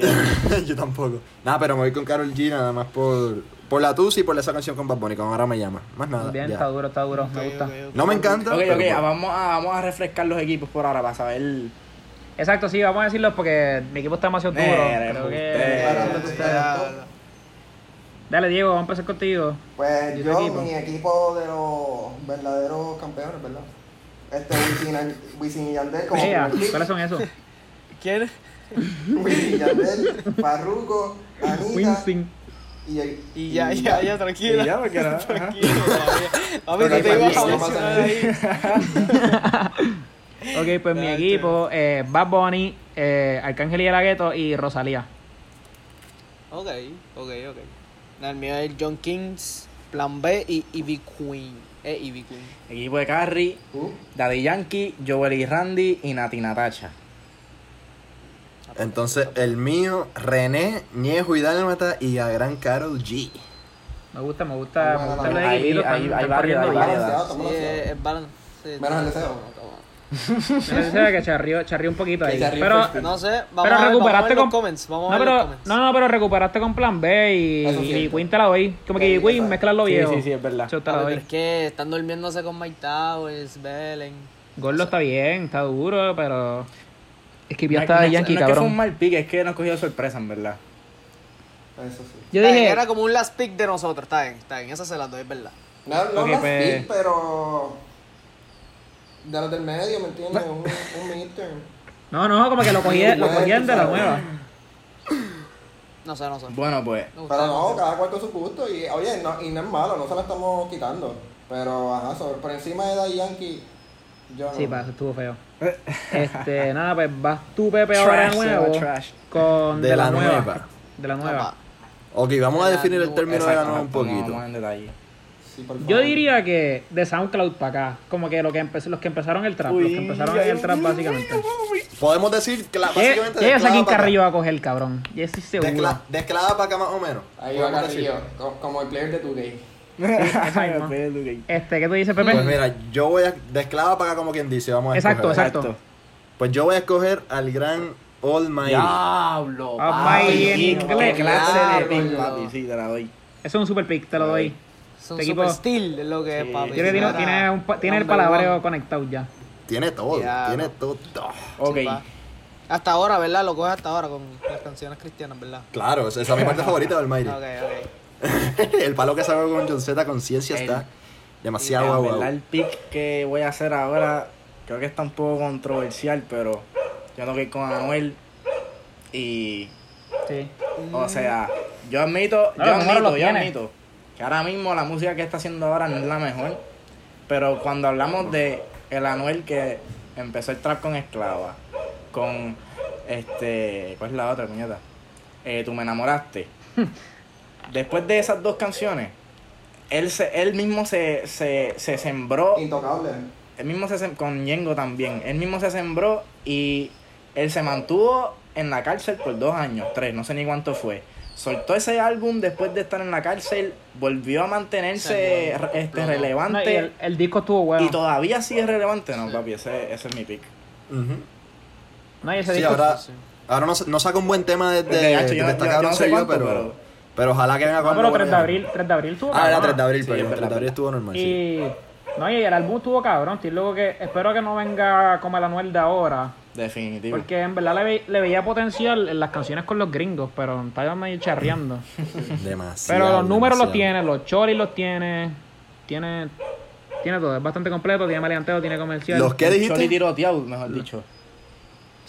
A: *laughs*
C: días.
A: Yo tampoco. Nada, pero me voy con Carol G nada más por, por la tusa y por esa canción con Bad Bunny, con ahora me llama. Más nada.
B: Bien,
A: ya.
B: está duro, está duro, me gusta.
A: No me encanta.
C: Ok,
A: pero
C: ok,
A: bueno.
C: vamos a, vamos a refrescar los equipos por ahora para saber.
B: Exacto, sí, vamos a decirlo porque mi equipo está demasiado duro.
C: Eh,
B: Creo
C: eh,
B: que...
D: Ahora me gusta esto.
B: Dale, Diego, vamos a empezar contigo.
D: Pues
B: ¿Y tu
D: yo,
B: este equipo?
D: mi equipo de los verdaderos campeones, ¿verdad? Este Wisin, Wisin y Yandel,
A: Oh,
D: como
B: Ea,
D: primer pick.
B: ¿cuáles son esos?
E: ¿Quién?
D: Wisin y Yandel,
B: *laughs*
D: Farruko, Anita
B: Winston.
D: y, y,
E: Y ya, ya, ya, tranquilo.
C: Y ya,
B: *laughs*
C: porque no, ajá.
E: tranquilo, todavía. Papi,
D: Pero
E: tú te
D: ahí
E: ibas a
D: pasa, no
E: mencionar
D: pasa
E: ahí.
B: Ok, pues mi
E: Dale.
B: equipo, eh, Bad Bunny, eh, Arcángel y el Agueto y Rosalía.
E: Ok, ok, ok. No, El mío es John Kings, Plan B y Ivy Queen. Eh, Ivy Queen.
C: Equipo de Carrie,
D: tú.
C: Daddy Yankee, Joel y Randy y Nati Natacha.
A: Entonces, el mío, René, Ñejo y Dálmata y a gran Carol G.
B: Me gusta, me gusta, me
D: Bueno,
B: gusta el
D: ahí-
B: equipito,
C: ahí-
B: están-
C: ahí
B: están
C: varios,
B: corriendo
C: ahí
B: bien.
D: Balanceado,
E: Sí, eh,
D: estamos balanceados.
E: es balance.
D: Menos el deseo.
B: Pero sí se ve que charrió, charrió un poquito ahí.
D: Que charrió
B: Pero,
D: por fin.
E: No sé, vamos
B: pero
E: a ver, vamos a
B: recuperaste
E: ver los
B: con.
E: comments. Vamos a
B: no,
E: ver los
B: pero,
E: comments.
B: no, no, pero recuperaste con plan B y,
D: Eso es
B: y
D: cierto.
B: Queen te la doy. Como que
D: Sí,
B: Queen,
D: exacto.
B: mezclas lo
C: Sí,
B: viejo.
C: sí, sí, es verdad.
B: Yo te la
E: Papi, pero
B: doy.
E: es que están durmiéndose con Mike Towers, Belen.
B: Gordo está bien, está duro, pero. Es que
C: No,
B: ya está
C: no,
B: de Yankee,
C: no es que fue un
B: cabrón.
C: mal pick, es que nos cogió de sorpresa, en verdad.
D: Eso sí.
B: Yo
E: Está bien,
B: dije.
E: Era como un last pick de nosotros, está bien, está bien. Esa se las doy, es verdad.
D: No, no
C: Ok,
D: más
C: pues.
D: big, pero. De los del medio, ¿me entiendes? Un, un
E: *laughs*
D: midterm.
B: No, no, como que lo cogí, lo
D: Bueno,
B: cogían de la
D: ¿sabes?
B: nueva.
E: No sé, no sé.
C: Bueno, pues.
E: Me gusta,
D: Pero
E: no
D: no,
E: sé.
D: cada cual con su gusto. Y oye, no, y no es malo, no se la estamos quitando. Pero, ajá, sobre, por encima de Daddy Yankee, yo no.
B: Sí, pa, eso estuvo
C: *laughs*
B: feo. Este, nada, pues vas tú, Pepe, ahora de
C: Trash, se va
B: nuevo.
C: trash.
B: Con
A: De la nueva.
B: De la
E: No,
B: nueva.
E: pa.
A: Ok, vamos a
E: De la
A: definir el
E: nu-
A: término de
C: Exacto,
A: la nueva un
C: exacto, no
A: poquito.
C: vamos en detalle.
B: *laughs*
D: Sí, por favor.
B: Yo diría que de SoundCloud para acá, como que, lo que empe- los que empezaron el trap, los
C: Uy,
B: que empezaron
C: ay,
B: el trap básicamente. Eh,
A: Podemos decir que la,
B: ¿Qué
A: básicamente
B: qué
A: de
B: es aquí en
A: clava para
B: Carrillo va a coger, cabrón? Ya estoy seguro.
A: acá. De esclava para acá más o menos.
D: Ahí va
A: Podemos decir.
D: Carrillo, co- como el player de tu game.
B: esa misma. Este, ¿qué tú dices, Pepe?
A: Pues mira, yo voy a. De esclava para acá, como quien dice, vamos a
B: Exacto,
A: escoger.
B: exacto.
A: Pues yo voy a escoger al gran Almighty.
C: Diablo,
B: papi,
C: papi,
B: en inglés.
C: Qué clase de
E: Claro,
C: pick,
E: yo.
C: papi. Sí, te la doy.
B: Eso es un super pick, te lo doy.
E: Es un
B: Este equipo-
E: super steal, es lo que es,
C: Pues Sí.
E: papi.
B: Yo creo que tiene,
E: Ahora,
B: tiene, un pa- tiene el
E: number
B: palabreo
E: one.
B: conectado ya.
A: Tiene todo,
E: Ya.
A: tiene todo.
C: Ok.
E: Sí, pa. Hasta ahora, ¿verdad? Lo coge hasta ahora con las canciones cristianas, ¿verdad?
A: Claro, esa es mi
C: *laughs*
A: parte favorita de Almighty.
E: Ok, ok.
A: *laughs* el palo que sacó con John Z conciencia
C: El-
A: está
C: En
A: demasiado guau,
C: verdad,
A: guau.
C: el pick que voy a hacer ahora, creo que está un poco controversial, pero yo no que ir con Anuel. Y,
B: Sí.
C: o sea, yo admito,
B: No,
C: yo
B: los números
C: admito,
B: los
C: yo
B: tiene.
C: admito que ahora mismo la música que está haciendo ahora no es la mejor, pero cuando hablamos de el Anuel que empezó el trap con Esclava, con este, ¿cuál es la otra, puñeta? Eh, Tú
B: *laughs*
C: me enamoraste. Después de esas dos canciones, él, se, él mismo se, se, se sembró
D: Intocable.
C: él mismo se sem- con Yengo también. Él mismo se sembró y él se mantuvo en la cárcel por dos años, tres, no sé ni cuánto fue. Soltó ese álbum después de estar en la cárcel, volvió a mantenerse
E: Salió,
C: re- este,
E: explotó.
B: No, y
C: relevante
B: el, el disco estuvo
C: y
B: bueno.
C: todavía sigue relevante. No, papi, ese, ese es mi pick.
A: Ujú.
B: No, y ese
A: Sí,
B: disco-
A: ahora,
E: sí.
A: ahora no, sa- no saca un buen tema desde
C: Desde
A: de,
C: hecho, yo-
A: esta
C: yo- yo
A: cabrón
C: no sé
A: soy yo,
C: cuánto,
A: pero,
C: pero-
A: pero... ojalá que venga
B: No,
A: cuando
B: Ah, pero
A: vaya.
B: 3 de abril, 3 de abril estuvo
A: Ah, era
B: cabrón.
A: 3 de abril,
C: Sí,
A: pero
C: es
A: 3 de
C: verdad.
A: abril estuvo normal. sí.
B: Y. No, y el álbum estuvo cabrón, estoy loco que. Espero que no venga como el Anuel de ahora.
C: Definitivo.
B: Porque en verdad le, ve- le veía potencial en las canciones con los gringos, pero estaba medio
A: *laughs*
B: charreando.
A: Demasiado.
B: Pero los números los
A: demasiado.
B: tiene, los choris los tiene. Tiene. Tiene todo, es bastante completo, tiene maleanteo, tiene comercial.
A: ¿Los qué
C: Choli
A: dijiste? Mm.
C: tiroteado, mejor dicho.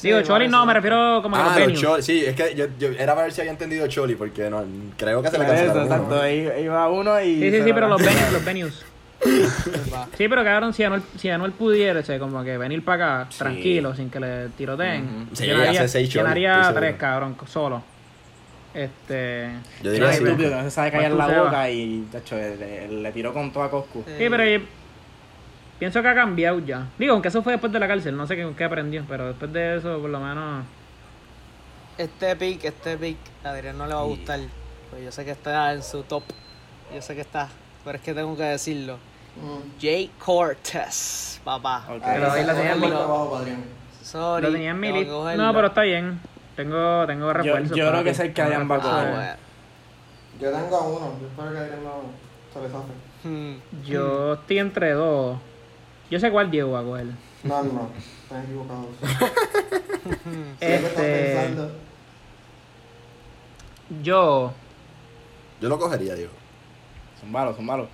B: Digo,
E: Sí,
B: choris no,
E: parece.
B: me refiero como que los
A: Ah, los
B: venues.
A: Choli. Sí, es que yo, yo- era para ver si había entendido Choli, porque no, creo que se le
C: Eso,
A: cancelaron.
C: exacto.
A: uno, ¿no?
C: Ahí, ahí va uno y.
B: Sí, sí,
C: se
B: sí,
C: lo
B: pero
C: da.
B: los
A: *laughs*
B: venues, los venues.
C: *laughs*
E: Va.
B: Sí, pero cabrón, si Anuel, si Anuel pudiera, che, como que venir para acá tranquilo, sin que le tiroteen,
A: Ujú. Sí,
B: llenaría,
A: hace seis shows,
B: llenaría
A: estoy
B: tres,
A: seguro.
B: cabrón, solo. Este...
A: Yo
C: Era
A: diría
B: sí.
A: así.
C: estúpido, que no se sabe callar
B: Más
C: la
B: tú, Seba.
C: boca y, de hecho, le, le tiró con toda Coscu.
E: Eh,
B: Sí, pero yo- pienso que ha cambiado ya. Digo, aunque eso fue después de la cárcel, no sé qué, qué aprendió, pero después de eso, por lo menos...
E: Este pick, este pick, a Adrián no le va a gustar. Pues yo sé que está en su top. Yo sé que está. Pero es que tengo que decirlo.
D: Mm.
E: Jay Cortez, papá.
C: Ok.
D: Ahí
B: Pero ahí la
D: se-
B: tenía en
D: muy
E: mi-
D: abajo, padrino.
E: Sorry.
B: Lo tenía en mi
E: tengo que
B: lista.
E: cogerlo.
B: No, pero está bien. Tengo, tengo refuerzos.
C: yo creo
B: papi.
C: que es el que hayan
B: Tengo
C: vacunado.
E: Ah,
B: refuerzos.
E: bueno.
D: Yo tengo a uno, yo espero que Adrián no se le zafe.
E: Hmm.
B: Yo estoy entre dos. Yo sé cuál Diego va a coger.
D: No, no, no, están equivocados. Siempre están
B: Este...
D: pensando.
B: Yo...
A: Yo lo cogería, digo.
C: Son malos, son malos.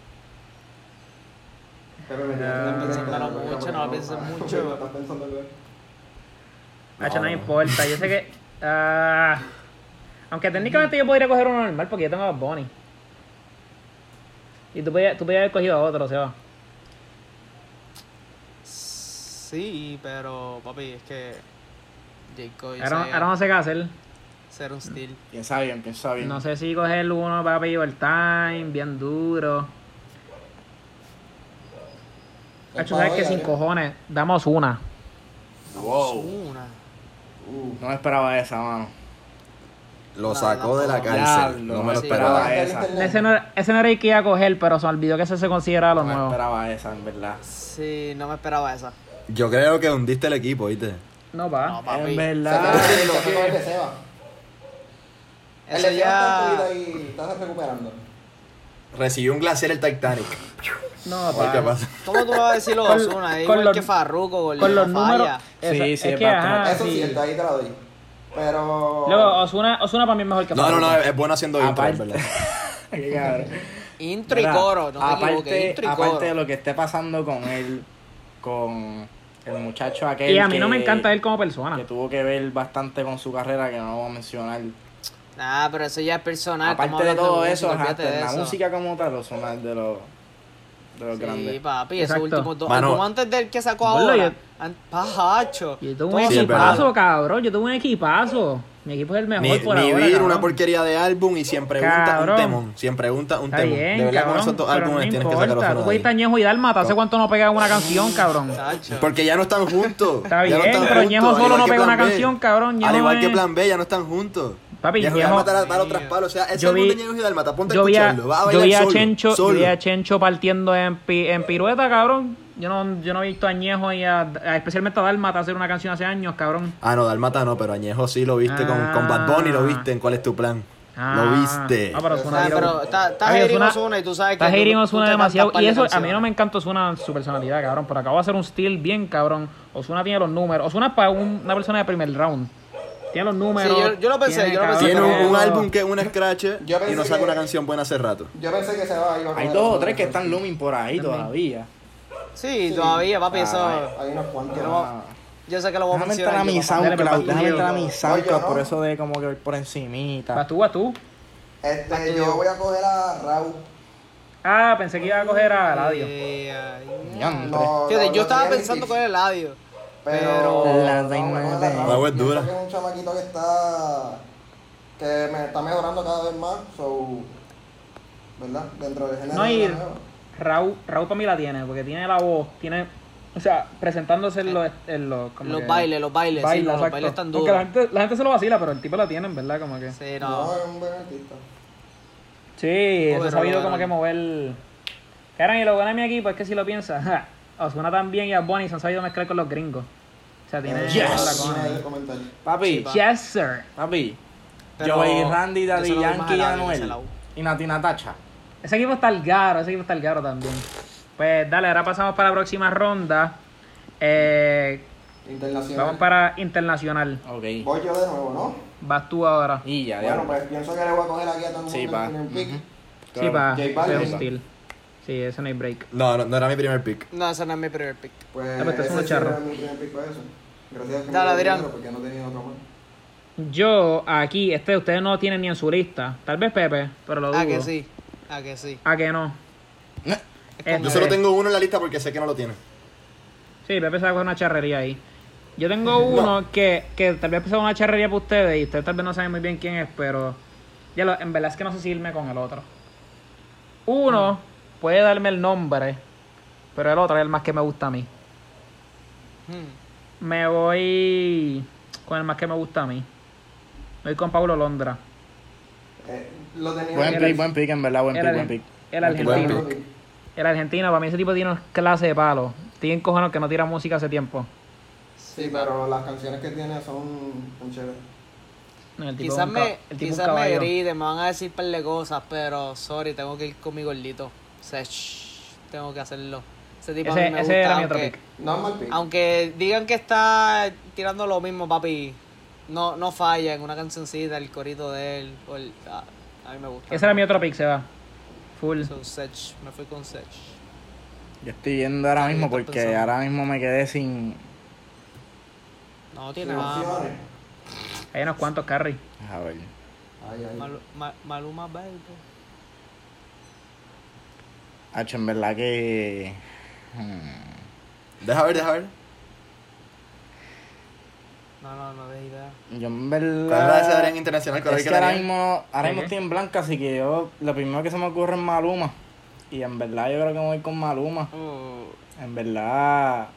D: Pero me
B: No
E: pensaron mucho, no pensaron mucho.
D: Están pensando en
B: Hacho,
A: No,
B: no me
A: no.
B: importa. Yo sé que. ah, aunque técnicamente yo podría coger uno normal porque yo tengo a Bad Bunny. Y tú podías, tú podías haber cogido a otro, o sea.
E: Sí, pero papi, es que Jay Cortez
B: Ahora, ahora no sé qué hacer.
E: ser un steal.
C: Piensa bien, piensa bien.
B: No sé si coger uno para pedir el time, bien duro. Hacho, sabes que sin cojones, damos una.
C: Wow.
E: Una.
D: Uh.
C: No me esperaba esa, mano.
A: Lo
E: No,
A: sacó de la
E: tampoco.
A: cárcel.
C: Diablo,
A: No me lo
E: sí.
A: esperaba.
C: Ah, esa.
B: Ese no, ese no era el que iba a coger, pero se me olvidó que ese se consideraba lo
C: No me
B: nuevo.
C: esperaba esa, en verdad.
E: Sí, no me esperaba esa.
A: Yo creo que hundiste el equipo, ¿viste?
B: No, va.
E: No,
C: En
E: papi.
C: verdad. *laughs*
D: Se fue el de Seba. El
E: Eso
D: de Seba está
E: ya.
D: en tu vida y estás recuperando.
A: Recibió un glaciar el Titanic.
B: no,
C: Ah,
A: A ver qué
B: va.
A: pasa.
E: ¿Cómo tú vas a decir los
B: Con-
E: Osuna? Es
B: con
E: igual
B: los-
E: que Farruko, boludo.
B: Con los
E: no
B: números.
E: falla.
B: Eso-
C: Sí, sí,
B: es
C: es
B: que,
C: bastante.
B: ajá,
D: Eso es
B: Ah, sí.
D: cierto, ahí te la doy. Pero.
B: Luego, Osuna, Osuna para mí es mejor que
A: No, no, no,
B: Farruko.
A: es bueno haciendo intro,
C: Aparte-
A: es
B: *laughs*
A: verdad.
C: Qué cabrón.
E: Intro y
C: Mira,
E: coro, no te equivoques,
C: aparte,
E: intro y
C: aparte de
E: coro.
C: lo que esté pasando con él, con el muchacho aquel.
B: Y a mí no
C: que-
B: me encanta él como persona.
C: Que tuvo que ver bastante con su carrera, que no lo voy a mencionar.
E: Nah, Ah, pero eso ya es personal. Ah, estamos
C: Aparte de
E: hablando
C: todo
E: música,
C: eso, ajá,
E: olvídate de
C: la
E: eso.
C: música como tal, los sonar de los, de los
E: Sí,
C: grandes.
E: papi,
B: Exacto.
E: esos últimos dos.
A: Mano.
E: álbum antes del que sacó
B: Boludo,
E: ahora.
B: yo-
E: an- Pajacho.
B: Yo tuve
E: Todo
B: un
A: Sí, es verdad.
B: equipazo, cabrón. Yo tuve un equipazo. Mi equipo es el mejor
A: Ni,
B: por
A: ni
B: ahora.
A: vir,
B: cabrón.
A: una porquería de álbum y siempre pregunta
B: Cabrón.
A: un temón. Siempre pregunta un
B: Está
A: temón.
B: bien,
A: de verdad,
B: cabrón,
A: con esos dos
B: pero
A: álbumes
B: no
A: tienes que
B: importa.
A: sacar fuera
B: Tú
A: de
B: puedes
A: ahí.
B: Ñejo y Dálmata. ¿Hace cuánto no pegaba una canción, cabrón?
E: Pajacho.
A: Porque ya no están juntos.
B: Está
A: ya no
B: bien,
A: están
B: pero
A: juntos,
B: Ñejo
A: al
B: solo
A: igual
B: no
A: que
B: pega
A: Plan
B: una
A: B.
B: canción, cabrón,
A: Al
B: Ñejo
A: igual que
B: es-
A: Plan B, ya no están juntos.
B: Papi,
A: Ñejo ya
B: Ñejo-
A: matar a para otras palos. O sea, ese
B: Yo
A: álbum de
B: vi-
A: Ñejo y Dalmata, ponte a
B: Yo vi a,
A: escucharlo. Va a
B: yo vi
A: bailar
B: a
A: solo,
B: Chencho, yo
A: solo.
B: vi a Chencho partiendo en, pi- en pirueta, cabrón. Yo no, yo no he visto a Ñejo y a, a- especialmente a Dálmata hacer una canción hace años, cabrón.
A: Ah, no, Dalmata no, pero Añejo sí lo viste con, con Bad Bunny, lo viste en ¿Cuál es tu plan? lo
B: Ah,
A: viste.
B: Ah, pero Ozuna
E: Ah,
B: tiró-
E: pero está, está
B: Ay,
E: hating
B: Ozuna-
E: Ozuna y tú sabes que.
B: Está
E: tú-
B: hating
E: tú
B: Ozuna
E: te cantas
B: demasiado.
E: par
B: Y
E: de
B: eso, a mí
E: canciones.
B: no me encanta Ozuna, su personalidad, cabrón. Pero acabo de hacer un steal bien, cabrón. Ozuna tiene los números. Ozuna es para un- una persona de primer round. Tiene los números.
E: Sí, yo- yo lo pensé, yo lo pensé
A: Tiene un,
E: también.
A: un
B: todo.
A: álbum que es un scratch
D: Yo
A: y
D: pensé
A: no saca
D: que-
A: una canción buena hace rato.
D: Yo pensé que Seba iba a
C: Hay
D: coger
C: dos o
D: eso,
C: tres que
D: pero-
C: están looming por ahí todavía.
E: Sí, todavía, papi,
C: Ah,
E: eso.
D: Hay unos cuantos.
E: Pero- Yo sé que lo voy a
C: Déjame entrar
E: mencionar.
C: a mi
E: yo, papá.
B: Dale,
C: SoundCloud,
B: papá,
C: déjame
B: yo.
C: entrar a mi
D: Oye,
C: SoundCloud,
D: ¿no?
C: por eso de como que por
B: Vas
C: encimita.
B: tú, vas tú.
D: Este, yo voy a coger a Raúl.
B: Ah, pensé que iba a coger a Ladio.
E: Eh, ay,
C: Diantre.
D: No,
E: Fíjate,
D: no,
E: yo
D: no
E: estaba
D: tenía
E: pensando
D: ni-
E: con el ladio.
D: Pero.
C: La
D: no,
C: reina
D: no,
C: de-
D: la
A: Raúl es
D: Pienso
A: dura.
D: que es un chamaquito que está. que me está mejorando cada vez más. So. ¿Verdad? Dentro del género.
B: No, y-
D: de la nueva.
B: Raúl, Raúl para mí la tiene, porque tiene la voz, tiene. O sea, presentándose en los. en los, como
E: Eh, Los
B: que-
E: bailes, los bailes, sí,
B: Baila,
E: no, los
B: exacto.
E: bailes están
B: Aunque la
E: duros.
B: gente, la gente se lo vacila, pero el tipo la tiene, en verdad, como que. Sí,
E: Sí,
D: No,
E: no.
D: es un buen artista.
B: se ha
E: Overall,
B: sabido como
E: overall.
B: que mover. Caran, y lo bueno de mi equipo es que pues, si lo piensas, ja, Ozuna también y a Bonnie se han sabido mezclar con los gringos. O sea, tiene.
C: Yes.
B: la cosa
D: Tiene
B: ahí.
D: el comentario.
C: Papi,
B: Yes, sir.
C: papi.
E: Pero
C: yo y Randy,
E: yo se
C: Daddy
E: lo doy más
C: Yankee,
E: a
C: y
E: Eladio, se la
C: Anuel.
E: doy.
C: Y Natina Tacha.
B: Ese equipo está al garo, ese equipo está al garo también. Pues dale, ahora pasamos para la próxima ronda. Eh,
D: Internacional.
B: vamos para internacional.
C: Ok.
D: Voy yo de nuevo, ¿no?
B: Vas tú ahora.
C: Y ya,
D: Bueno,
C: ya.
D: pues pienso que le voy a coger aquí a todo el mundo.
C: Sí, pa.
D: en un pick.
B: Sí, pa.
D: J
B: fue
D: Balvin.
B: un steal. Sí, ese no hay break.
A: No, no, no era mi primer pick.
E: No, ese no es mi primer pick.
D: Pues.
B: Ah, pero este es
D: ese
B: un
D: sí
B: charro.
D: era mi primer pick para eso. Gracias a que me
E: Dale,
D: lo
E: Adrián.
D: dieron, Porque no tenía otro más.
B: Yo, aquí, este ustedes no lo tienen ni en su lista. Tal vez Pepe, pero lo dudo.
E: Ah, que sí. Ah, que sí.
B: Ah, que no.
E: Es
B: Eh,
E: como-
A: Yo solo tengo uno en la lista porque sé que no lo tiene.
B: Sí, Pepe se va a coger una charrería ahí. Yo tengo uno que, que tal vez sea una charrería para ustedes y ustedes tal vez no saben muy bien quién es, pero ya lo- en verdad es que no sé si irme con el otro. Uno puede darme el nombre, pero el otro es el más que me gusta a mí.
E: Hmm.
B: Me voy con el más que me gusta a mí. Me voy con Pablo Londra.
D: Eh, lo tenía
C: Buen
B: Era-
C: pick, buen pick, en verdad, buen
B: El,
C: pick, buen
B: argen-
C: pick.
B: el
C: Buen pick, buen
B: argentino. El argentino, para mí ese tipo tiene una clase de palo. Estoy encojonado que no tira música hace tiempo.
D: Sí, pero las canciones que tiene son son chéveres.
B: El tipo es
E: Quizás
B: un ca-
E: me,
B: el tipo es un
E: quizás me
B: caballo.
E: griten, me van a decir par de cosas, pero sorry, tengo que ir con mi gordito. O sea, shh, tengo que hacerlo. Ese tipo a
B: Ese-
E: mí me
B: ese
E: gusta,
B: era mi
E: aunque,
B: otro pick.
D: No es mal pick.
E: aunque digan que está tirando lo mismo, papi. No, no falla en una cancioncita, el corito de él. o el- ah, a mí me gusta.
B: Ese era mi otro pick, se va. Full.
E: So, Sech, me fui con Sech.
C: Yo estoy viendo ahora
E: Ahí
C: mismo
E: está
C: porque
E: pensando.
C: ahora mismo me quedé sin.
E: No
D: Sin
E: tiene nada. mano.
D: opciones.
B: Hay unos cuantos carry.
C: A ver.
D: Ay, ay.
E: Malu- Ma- Maluma Baby.
C: H, en verdad que. hmm,
A: Deja ver, deja ver.
E: No, no, no de idea.
C: Yo en
A: ¿Cuál era ese Adrián
C: verdad.
A: Internacional? ¿Cuál era
C: Es
A: el
C: que
A: que
C: ahora
A: tenía?
C: mismo, ahora mismo
B: Ok.
C: estoy en blanca, así que yo lo primero que se me ocurre es Maluma. Y en verdad yo creo que me voy con Maluma. En verdad,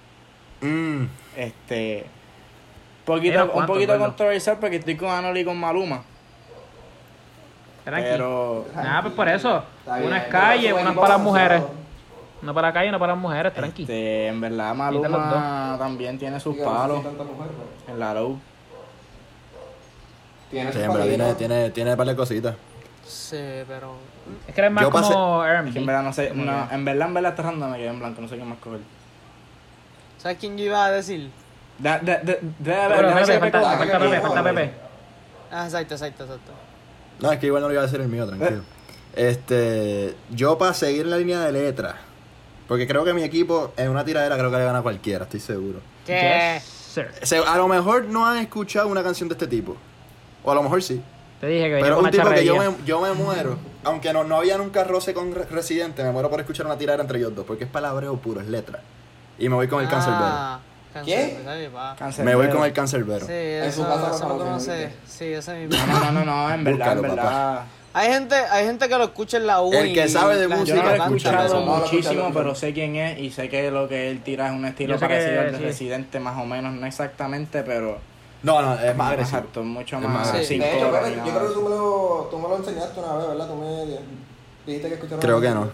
A: Mm,
C: este. Poquito,
B: Era
C: un
B: cuánto,
C: poquito
B: Pablo.
C: controversial porque estoy con Anoli y con Maluma.
B: Tranqui.
C: Pero.
B: Nada, pues por eso.
D: Está bien,
B: Una es
D: pero
B: calle,
D: eso
B: una es
D: equipo
B: para las
D: avanzado.
B: mujeres. No para calle, no para mujeres, tranqui.
C: Este, en verdad,
B: Quita los
C: Maluma
B: dos.
C: también tiene sus
D: Digo, no sé si
C: palos
D: tanta mujer, pero
C: en la low.
D: Tiene
A: Sí,
D: sus
A: en verdad, tiene,
D: palitos.
A: tiene, tiene un par de cositas.
E: Sí, pero.
B: Es que eres más
A: Yo pasé-
B: como Erm.
C: Es que en
B: R&B.
C: verdad, no sé, no, en verdad, en verdad, esta ronda me quedé en blanco, no sé qué más coger.
E: ¿Sabes quién yo iba a decir?
C: Da- da- da- da-
B: Pero
C: déjame
B: Pepe,
C: ver,
B: falta,
D: coja,
C: déjame
B: falta
D: que
B: Pepe,
D: coja,
B: falta
D: güey.
B: Pepe.
E: Ah, exacto, exacto, exacto.
A: No, es que igual no le iba a decir el mío,
E: Eh.
A: tranquilo. Este, yo para seguir en la línea de letra, porque creo que mi equipo en una tiradera creo que le gana a cualquiera, estoy seguro.
E: ¿Qué?
B: Yes, sir.
A: Se- a lo mejor no han escuchado una canción de este tipo, o a lo mejor sí.
B: Te dije que venía
A: Pero
B: con
A: un
B: una
A: tipo que yo
B: charrería.
A: me, yo me muero, aunque no, no había nunca roce con Re- Residente, me muero por escuchar una tiradera entre ellos dos, porque es palabreo puro, es letra. Y me voy con el cancerbero.
E: Ah,
D: ¿Quién?
E: cancerbero, papá.
C: Cancerbero.
A: Me voy con el
E: Sí,
A: cancerbero.
E: eso,
D: su casa lo
E: eso lo
D: conocen,
E: conoce.
D: ¿viste?
E: Sí, ese mismo.
C: No, no, no, no, en verdad, en
A: Búscalo,
C: verdad.
E: Hay gente, hay gente que lo escucha en la U.
A: El que
E: y
A: sabe de
E: la gente
C: Yo
A: música,
C: no lo he
E: canta,
A: escucha
C: escuchado
A: eso.
E: pero-
A: No
D: lo he escuchado,
C: muchísimo,
D: no.
C: pero sé quién es y sé que lo que él tira es un
B: Yo
C: estilo
B: sé que-
C: parecido al de
B: sí.
C: Residente, más o menos, no exactamente, pero
A: No, no, es más agresivo.
C: exacto, mucho
A: Es
C: más
A: más
E: agresivo.
C: sin
D: De hecho,
C: coro
D: Pepe,
C: ni
D: yo
C: nada.
D: creo que tú me, lo, tú me lo enseñaste una vez, ¿verdad? Tú me dijiste que escucharon.
A: Creo que no.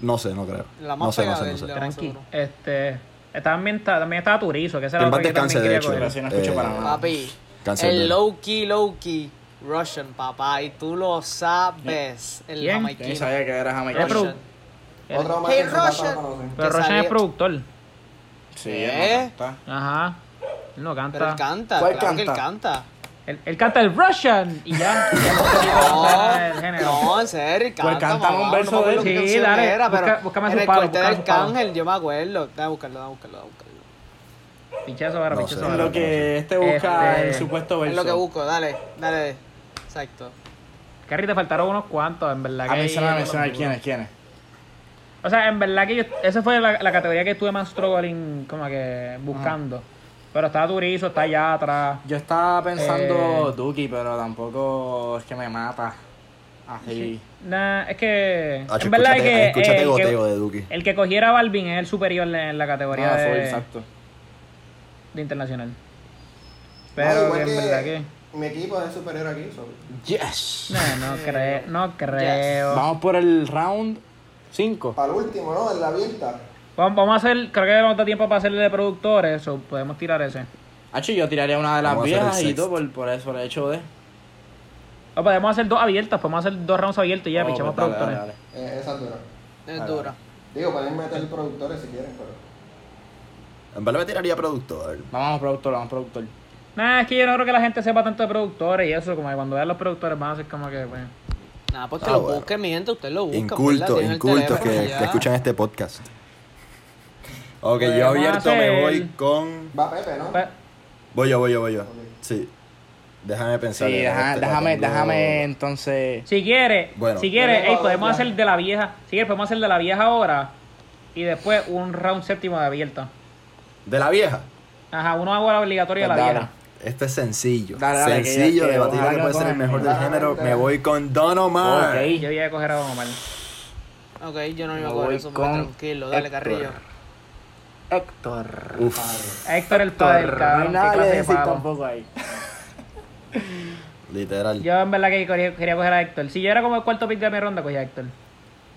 A: No sé, no creo.
E: La más
A: No sé, no sé,
E: pegada
A: no sé.
E: del-
B: Tranqui.
E: seguro.
B: Este, estaba también, ta- también estaba Turizo, que ese
A: Que
B: era
A: en
B: lo
A: paz
B: que yo
A: descanse,
B: también
A: de
B: quería
A: hecho.
C: Pero
B: coger.
C: si no escucho
A: Eh,
C: para nada.
E: Papi,
A: Cancerbero.
E: el low key, low key, Russian, papá, y tú lo sabes, el
B: ¿Quién?
C: Yo ni
E: jamaiquino.
C: sabía que era
B: Él es
C: jamaicano.
E: Russian.
B: produ- él-
D: Otro más
E: Hey,
D: que en su casa
E: Roger.
D: no conocen.
B: Pero
E: que
B: Roshan es
E: sabía-
B: productor.
C: Sí,
E: ¿Eh?
C: él no canta.
B: Ajá. Él no
E: Pero él
B: canta.
E: canta,
C: ¿Cuál
E: claro que él canta.
B: Él, él canta el Russian y
E: *laughs*
B: ya. Ya no sé si canta *laughs* el género.
E: No, en serio, él canta.
C: cántame un
E: mamá,
C: verso
E: no me acuerdo
C: de
E: qué
B: él. Sí,
E: canción
B: dale,
E: era,
B: busca-
E: pero
B: búscame
E: en
B: su
E: el
B: palo,
E: corte
B: búscame
E: del
B: su palo.
E: cángel, yo me acuerdo. Déjame buscarlo, déjame buscarlo, déjame buscarlo.
B: Pinchazo ahora,
A: No sé.
B: pinchazo
C: En
B: ahora.
C: lo que este busca
B: Este-
C: el supuesto verso.
E: Es lo que busco, dale, dale. Exacto.
B: Carrie, te faltaron unos cuantos, en verdad.
C: A
B: que ahí-
C: mencionar, a mencionar quiénes, quiénes.
B: O sea, en verdad que yo, esa fue la, la categoría que estuve más struggling, como que buscando. Pero está Turizo, está allá atrás.
C: Yo estaba pensando
B: Eh.
C: Duki, pero tampoco es que me mata. Así.
B: Nah, es que.
C: Ah,
A: Hacho,
B: en verdad
A: escúchate,
B: que.
A: escúchate
B: eh, el que-
A: goteo de Duki.
B: El que cogiera a Balvin es el superior en la categoría
C: Ah,
B: de,
C: full, exacto.
B: de internacional.
D: No,
C: Ah,
B: Pero
D: igual
B: que en verdad que.
D: Mi equipo es superior aquí. so-
C: Yes. *laughs*
B: No, no creo. No creo.
C: Vamos por el round 5.
D: Para el último, ¿no? En la abierta.
B: Vamos, vamos a hacer. Creo que nos da tiempo para hacerle de productores. O podemos tirar ese.
C: Hacho, yo tiraría una de las
A: Vamos a hacer el
C: viejas y
A: sexto.
C: todo por, por eso, por el hecho de.
B: O podemos hacer dos abiertas. Podemos hacer dos rounds abiertos y ya
C: Oh,
B: pichamos
C: pues, dale,
B: productores.
C: dale,
D: Eh, esa es dura.
E: Es dura.
D: Digo, pueden meter productores si quieren, pero.
A: En verdad me tiraría productor.
C: dale. Vamos, productor, vamos, productor.
B: Nah, es que yo no creo que la gente sepa tanto de productores y eso. Como que cuando vean los productores van a ser como que. Bueno.
E: Nada, pues que
A: Ah,
E: lo
A: bueno.
E: busquen, mi gente, usted lo busca.
A: Inculto, inculto que, que escuchan este podcast. Ok, yo
B: Podemos
A: abierto me
B: hacer-
A: voy con.
D: Va Pepe, ¿no?
B: Pues,
A: Voy yo, voy yo, voy yo. Sí. Déjame pensar.
C: Sí,
A: en
C: deja-
A: este, la
C: déjame,
A: tengo-
C: déjame entonces.
B: Si quiere,
A: Bueno.
B: si quiere,
D: Tenemos
B: ey,
D: a
B: podemos
D: Damián.
B: hacer de la vieja. Si quiere, podemos hacer de la vieja ahora y después un round séptimo de abierta.
A: De la vieja.
B: Ajá, uno hago la obligatoria de la
C: Pues dale.
B: vieja.
A: Este es sencillo.
C: Dale, dale, que ya-
A: sencillo,
C: que
A: debatible que
C: ojalá
A: puede ser el
C: cojan.
A: mejor del
D: Dale,
A: género.
D: dale.
A: Me voy con Don Omar.
C: Ok.
B: Yo voy a coger a Don Omar.
E: Ok, yo no me iba a
C: Me
E: coger
C: voy
E: eso,
C: con
E: pero tranquilo, dale,
C: Héctor.
E: Carrillo.
C: Héctor.
A: Uf,
B: Héctor el padre,
C: no hay
B: cabrón, qué
C: nada que
B: clase de
C: decir
B: pavo.
C: tampoco ahí.
A: literal.
B: Yo en verdad que quería, quería coger a Héctor. Si yo era como el cuarto pick de mi ronda, cogía a Héctor.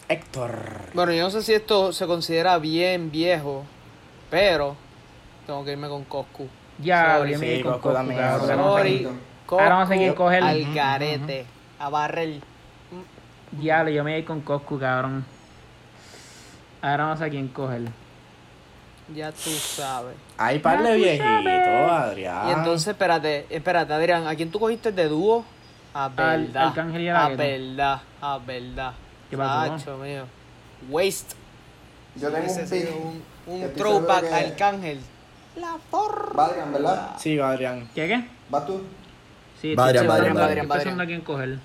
C: Héctor.
E: Bueno, yo no sé si esto se considera bien viejo, pero tengo que irme con Coscu.
B: Ya,
E: Sorry,
B: yo me
C: sí,
B: di con
C: Goku
B: Goku,
C: también,
B: cabrón.
C: Ahora
B: Vamos a
E: Sorry,
B: seguir-
E: Coscu
B: Ahora vamos a seguir con él.
E: al garete, a barrer.
B: Diablo, yo me voy con Coscu, cabrón. Ahora vamos a quién coger.
E: Ya tú sabes.
C: Hay par de viejitos, Adrián.
E: Y entonces, espérate, espérate, Adrián, ¿a quién tú cogiste de dúo? A
B: Al-
E: verdad.
B: Arcángel y
E: a
B: Aragueta.
E: verdad, a verdad.
B: ¿Qué pasó?
E: Sacho mío. Waste.
D: Yo tengo
E: Ese
D: un
E: ha sido
D: pick.
E: un,
D: Que
E: un
D: estoy seguro
E: throwback
D: que-
E: Arcángel. La porra.
D: Valgan, ¿verdad?
C: Sí, Adrián.
B: ¿Qué qué?
D: ¿Vas tú?
B: Sí,
A: Va,
B: estoy
A: Adrián, va,
B: pensando-
A: Adrián, va, Adrián.
B: estoy pensando a quién coger.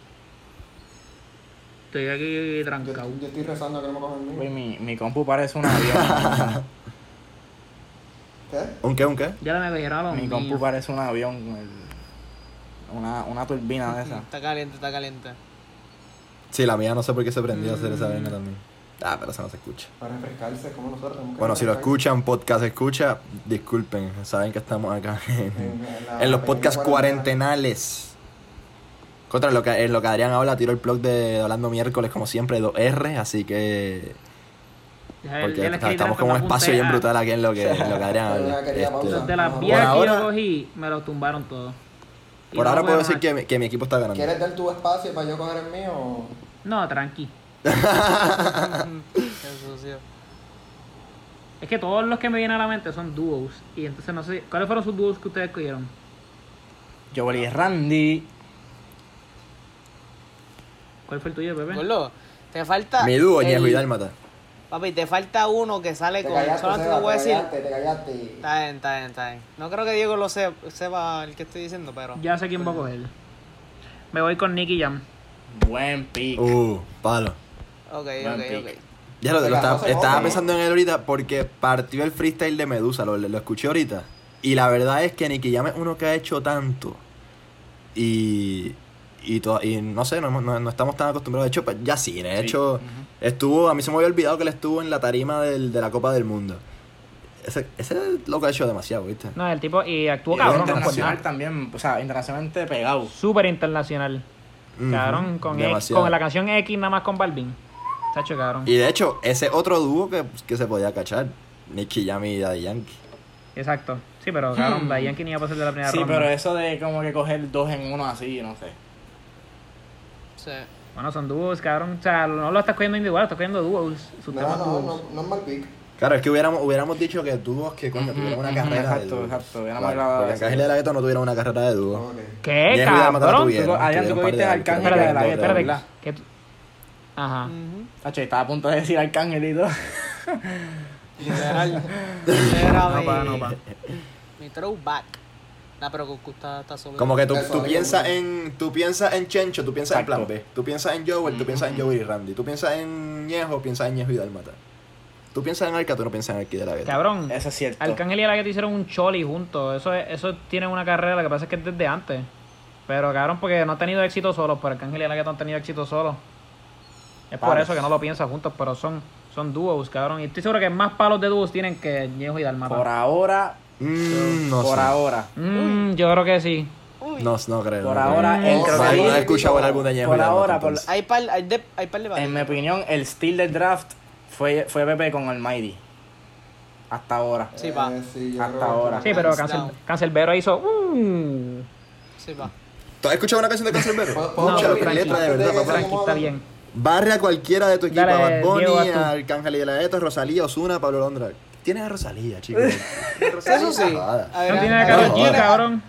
B: Estoy aquí
D: Yo,
B: trancado.
D: yo estoy rezando que no me cojan el
C: Uy,
D: mío.
C: mi, mi compu parece un
B: *laughs*
C: avión.
D: ¿Qué?
A: ¿Un qué, un qué?
B: Ya la me cogieron a los
C: mi compu
B: míos.
C: parece un avión. con el- Una, una turbina de esa.
E: Está caliente, está
D: *laughs*
E: caliente.
A: Sí, la mía no sé por qué se prendió a hacer esa
D: Mm.
A: vaina también. Ah, pero eso no se escucha.
D: Para refrescarse, como nosotros. tenemos que
A: Bueno, si lo
D: refrescarse.
A: escuchan, podcast escucha, disculpen, saben que estamos acá *laughs* en,
D: En, la
A: en los
D: pequeña
A: podcasts
D: cuarentena.
A: cuarentenales. Contra lo que, en lo que Adrián habla, tiro el blog de Hablando Miércoles como siempre, 2R, así que
B: Él-
A: Porque
B: él
A: o sea,
B: escribe
A: estamos con un
B: tanto,
A: espacio bien
B: apunté,
A: brutal aquí en lo que, en lo que Adrián
D: Pero
A: habla.
D: la querida pausa.
B: ah,
A: Este,
B: De las
D: Por
B: vías que
A: ahora-
B: yo cogí, me los tumbaron todos. Y
A: por
B: no
A: ahora
B: voy
A: puedo
B: a
A: decir
B: más.
A: que mi, que mi equipo está ganando.
D: ¿Quieres dar tu espacio para yo coger el mío? o-
B: No, tranqui.
E: Qué sucio.
B: Es que todos los que me vienen a la mente son duos. Y entonces no sé. ¿Cuáles fueron sus duos que ustedes cogieron?
C: Yo volví Randy.
B: ¿Cuál fue el tuyo, Pepe?
E: Gordo, te falta.
A: Mi dúo,
E: el-
A: Ñejo y Dálmata.
E: Papi, te falta uno que sale
D: Te
E: con.
D: callaste,
E: Solamente
D: Seba,
E: te voy a
D: te
E: decir.
D: callaste, te callaste.
E: Está bien, está bien, está bien. No creo que Diego lo sepa, sepa el que estoy diciendo, pero.
B: Ya sé quién va a coger. Me voy con Nicky Jam.
C: Buen pick.
A: Uh, palo.
E: Ok,
C: Buen
E: ok,
C: pick.
E: ok.
A: Ya lo, lo
D: Venga,
A: estaba,
D: no se
A: estaba
D: jodan.
A: pensando en él ahorita porque partió el freestyle de Medusa, lo, lo escuché ahorita. Y la verdad es que Nicky Jam es uno que ha hecho tanto. Y. Y, toda- y no sé, no, hemos- no- no estamos tan acostumbrados. De hecho, pues, ya sí, de
C: Sí.
A: hecho, estuvo. A mí se me había olvidado que él estuvo en la tarima del- de la Copa del Mundo. Ese, ese loco ha hecho demasiado, ¿viste?
B: No, el tipo. Y actuó
A: Y
B: cabrón, no por
C: internacional
B: nada.
C: también, o sea, internacionalmente pegado.
B: Súper internacional.
A: Ujú,
B: Cabrón, con, X,
A: demasiado.
B: con la canción X nada más con Balvin. Tacho, cabrón.
A: Y de hecho, ese otro dúo que, que se podía cachar. Nicky Jam y Daddy Yankee.
B: Exacto. Sí, pero
A: Hmm.
B: cabrón, la Yankee ni iba a pasar de la primera
C: Sí,
B: ronda.
C: pero eso de como que coger dos en uno así, no sé.
E: Sí.
B: Bueno, son dúos, cabrón. O sea, no lo estás cogiendo individual, estás cogiendo dúos. Sus
D: No,
B: temas
D: no,
B: dúos.
D: no, no es mal pick.
A: Claro, es que hubiéramos, hubiéramos dicho que dúos que coño,
C: Ujú,
A: tuvieran una
C: ujú,
A: carrera de
C: exacto,
A: dúos.
C: exacto, hubiéramos
A: Claro,
C: hablado
A: porque
C: de eso.
A: Arcángel de la Gueto no tuviera una carrera de dúos.
D: Ok.
B: ¿Qué,
A: Ñejo y Dálmata la
B: cabrón?
A: tuvieron,
C: Eh,
A: tuvieron
C: Tú- Adrián, tú
A: un par de
C: cogiste a
A: álbumes,
C: Arcángel
B: Espérate,
C: de la
A: creo que
C: Gueto,
A: dos,
B: espérate.
C: ¿verdad?
B: que tú- Ajá. *laughs*
E: Ujú.
C: Tacho, estaba a punto de decir Arcángel *laughs* y todo.
E: Literal. Ese era
B: No,
E: mi-
B: pa, no, pa.
E: Mi throwback. Nah, pero Goku está, está solo.
A: Como que tú,
D: Eso,
A: tú
D: algo
A: piensas
D: bueno.
A: en tú piensas en Chencho, tú piensas en
C: Exacto.
A: Plan B, tú piensas en Joel, tú piensas en Joel y Randy, tú piensas en Ñejo, piensas en Ñejo y Dalmata. Tú piensas en Arca, tú no piensas en Arqui de la Gueto.
B: Cabrón,
C: Eso es cierto.
B: Arcángel y la que te hicieron un choli juntos. Eso, es- eso tiene una carrera, lo que pasa es que es desde antes. Pero cabrón, porque no han tenido éxito solos, pero Arcángel y la que han tenido éxito solos. Es por
C: Palos.
B: eso que no lo piensan juntos, pero son, son dúos, cabrón. Y estoy seguro que más palos de dúos tienen que Ñejo y
C: Por
B: Dalmata.
C: ahora,
A: Mm, no
C: por
A: sé.
C: ahora.
B: Mm, yo creo que sí.
A: No, no creo.
C: Por
A: no creo.
C: ahora, el
A: No,
D: creo
A: no,
D: que-
A: no he escuchado el álbum de Ñejo y
C: Por
A: Dálmata,
C: ahora, por-
A: entonces.
E: Hay par, hay de, hay par de
B: Em.
E: varios.
C: En mi opinión, el steal del draft fue, fue Pepe con Almighty. Hasta ahora.
E: Sí, va.
D: Eh, sí, yo
C: Hasta
D: creo que-
C: ahora.
B: Sí, pero
E: Hands
B: Cancel,
E: down.
B: Cancelbero hizo. "Uh".
E: Sí, va.
A: ¿Tú has escuchado una canción de Canserbero?
D: ¿Puedo- puedo
B: No,
A: Escucha
D: hablar?
A: lo que
B: tranqui,
A: letra de verdad,
D: Tranquilo.
A: papá.
B: tranqui, está bien.
A: Barre a cualquiera de tu equipo,
B: Dale,
A: a Bad Bunny,
B: Diego, vas tú.
A: a Arcángel y de la Gueto, a Rosalía, Osuna, Pablo Londra. Tienes a Rosalía, chicos.
E: *laughs* Eso sí.
A: Joda.
B: No
E: Adrián,
B: tiene
A: Carol
B: Karol
E: Adrián,
A: G,
B: G,
A: joda.
B: cabrón.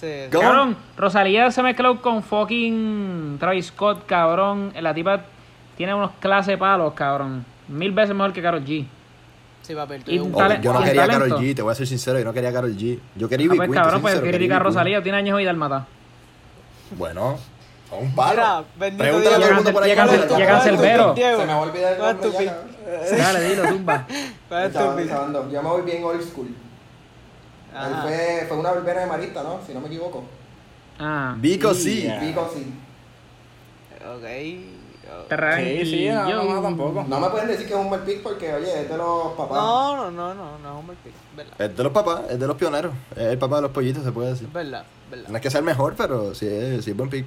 E: Sí,
A: ¿Cómo?
B: Cabrón, Rosalía se mezcló con fucking Travis Scott, cabrón. La tipa tiene unos clase de palos, cabrón. Mil veces mejor que Karol G. Ah,
E: sí, va, pero tú
B: Y
E: eres un-
A: Oh,
B: Dale,
A: yo no
B: sin
A: quería a Carol
B: talento.
A: G, te voy a ser sincero, yo no quería a Carol G. Yo quería
B: Ah,
A: Ivy
B: pues,
A: Queen,
B: cabrón,
A: te soy
B: pues
A: sincero, quería
B: critica a
A: Ivy Queen.
B: Rosalía, tiene años y dalmata.
A: Bueno, a un palo.
E: Mira, bendito
A: Pregúntale a
E: Dios.
A: todo el mundo por ahí.
B: Llega
A: ¿cuál es
B: Cancel-
A: la
B: llega
A: canción?
B: Cancelbero.
E: Diego,
D: Se me va a olvidar el
E: ¿cuál es
D: nombre
E: tu
D: ya,
E: pick?
D: cabrón.
B: Dale, dilo, tumba.
E: ¿Cuál es tu
D: Chavando,
E: pick?
D: chavando. Yo me voy bien old school. Él
E: Ajá.
D: fue, fue una verbena de Marista, ¿no? Si no me equivoco.
B: Ah,
A: Vico sí.
C: Yeah.
D: Pico sí.
E: Ok.
B: tranquilo.
C: Sí, sí, no, no, no, tampoco.
D: No me pueden decir que es un mal pick porque, oye, es de los papás.
E: No, no, no, no, no es un mal pick. ¿Verdad?
A: Es de los papás, es de los pioneros. Es el papá de los pollitos, se puede decir.
E: Es verdad, verdad.
A: No es que sea el mejor, pero sí es, sí es buen pick.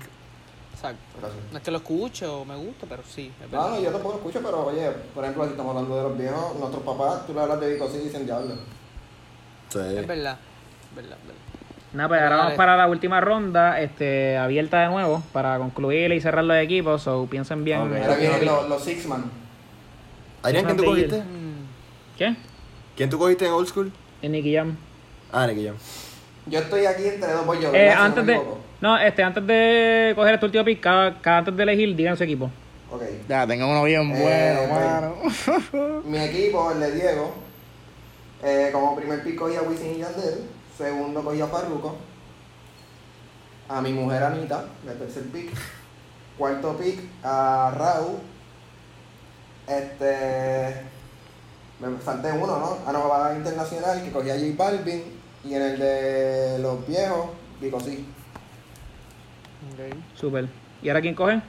E: Exacto.
D: Gracias.
E: No es que lo escuche o me guste, pero sí, es
D: No,
E: verdad.
D: no, yo tampoco lo escucho, pero oye, por ejemplo, si estamos hablando de los viejos, nuestros papás, tú le hablas de Vico sí y dicen diablo.
A: Sí.
E: Es verdad, es verdad, es verdad.
B: Nada, pues ahora vamos para la última ronda, este, abierta de nuevo, para concluir y cerrar los equipos. So, piensen bien.
C: Ok.
D: Ahora vienen los, los Six Man.
A: Adrián, ¿quién tú
B: Antes de
A: cogiste?
E: Mm.
B: ¿Qué?
A: ¿Quién tú cogiste en Old School?
B: En Nicky Jam.
A: Ah, Nicky Jam.
D: Yo estoy aquí entre dos bollos.
B: Eh,
D: ¿verdad? Si
B: antes
D: no me
B: de.
D: equivoco.
B: No, este, antes de coger este último pick, cada, cada- antes de elegir, digan su equipo.
D: Ok.
C: Ya, tengo uno bien
D: Eh,
C: bueno,
D: ok.
C: mano.
D: Mi equipo, el de Diego, eh, como primer pick cogí a Wisin y Yandel, segundo cogí a Farruko, a mi mujer Anita, de tercer pick, cuarto pick a Raúl, este, me salté uno, ¿no? A Nueva Internacional, que cogí a J Balvin, y en el de los viejos, digo sí.
E: Ok.
B: Super. ¿Y ahora quién coge?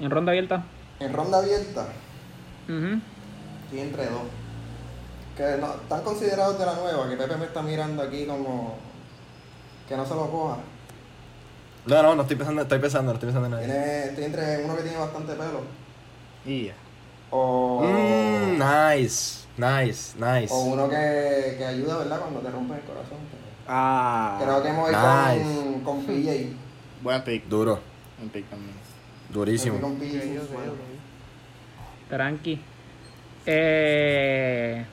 B: En ronda abierta.
D: En ronda abierta,
B: Ujú.
D: estoy entre dos, que no, están considerados de la nueva, que Pepe me está mirando aquí como que no se lo coja.
A: No, no, no estoy pensando, estoy pensando, no estoy pensando en nadie.
D: Tiene, estoy entre uno que tiene bastante pelo
C: Y ya.
D: O,
A: Mm, nice, nice, nice.
D: o uno que, que ayuda, ¿verdad? Cuando te rompes el corazón.
C: Ah.
D: Creo que me voy
A: Nice.
D: con, con PJ.
C: *laughs* Buen pick.
A: Duro,
C: Buen pick también.
D: Me
A: durísimo.
D: fui Con PJ Sinsman.
B: Tranqui. Eh,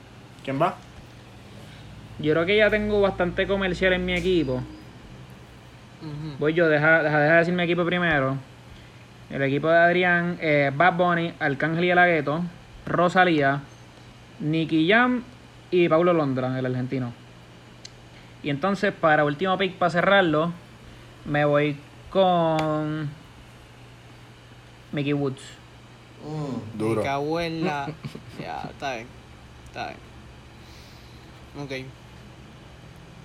C: ¿Quién va?
B: yo creo que ya tengo bastante comercial en mi equipo.
E: Ujú.
B: Voy yo, deja, deja, deja decir mi equipo primero. El equipo de Adrián, eh, Bad Bunny, Arcángel y el Agueto, Rosalía, Nicky Jam y Paulo Londra, el argentino. Y entonces, para último pick, para cerrarlo, me voy con Mickey Woods.
D: Mm.
A: Duro.
E: Me cago en la- *laughs* Ya, está bien. Está bien. Ok.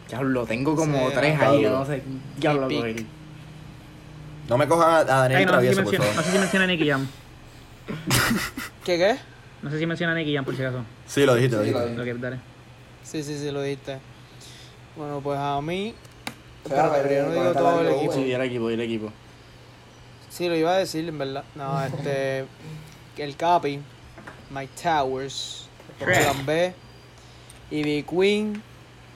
C: Diablo, tengo como
E: Sí,
C: tres
A: Pablo.
C: ahí, yo no sé. Diablo,
E: Pick.
C: cogí.
A: No me cojan a, a Daniel
B: Ay, no, no sé si
A: Travieso, por
B: menciona, no
A: favor.
B: sé si menciona a Nicky Jam.
E: ¿Qué qué?
B: No sé si menciona a Nicky Jam, por si acaso.
A: Sí, lo dijiste, lo
D: Sí, lo
A: dijiste.
D: dije.
B: Lo que dale.
E: Sí, sí, sí, lo dijiste. Bueno, pues a mí.
D: Espera,
E: Espérate, pero yo no
D: eh,
E: digo todo el
D: conéctala,
E: equipo.
D: Hugo.
C: Sí, di el equipo, di el equipo.
E: Sí, lo iba a decir, en verdad. *laughs* No, este. El Capi, Mike Towers,
B: Shrek.
E: Plan B, Ivy Queen.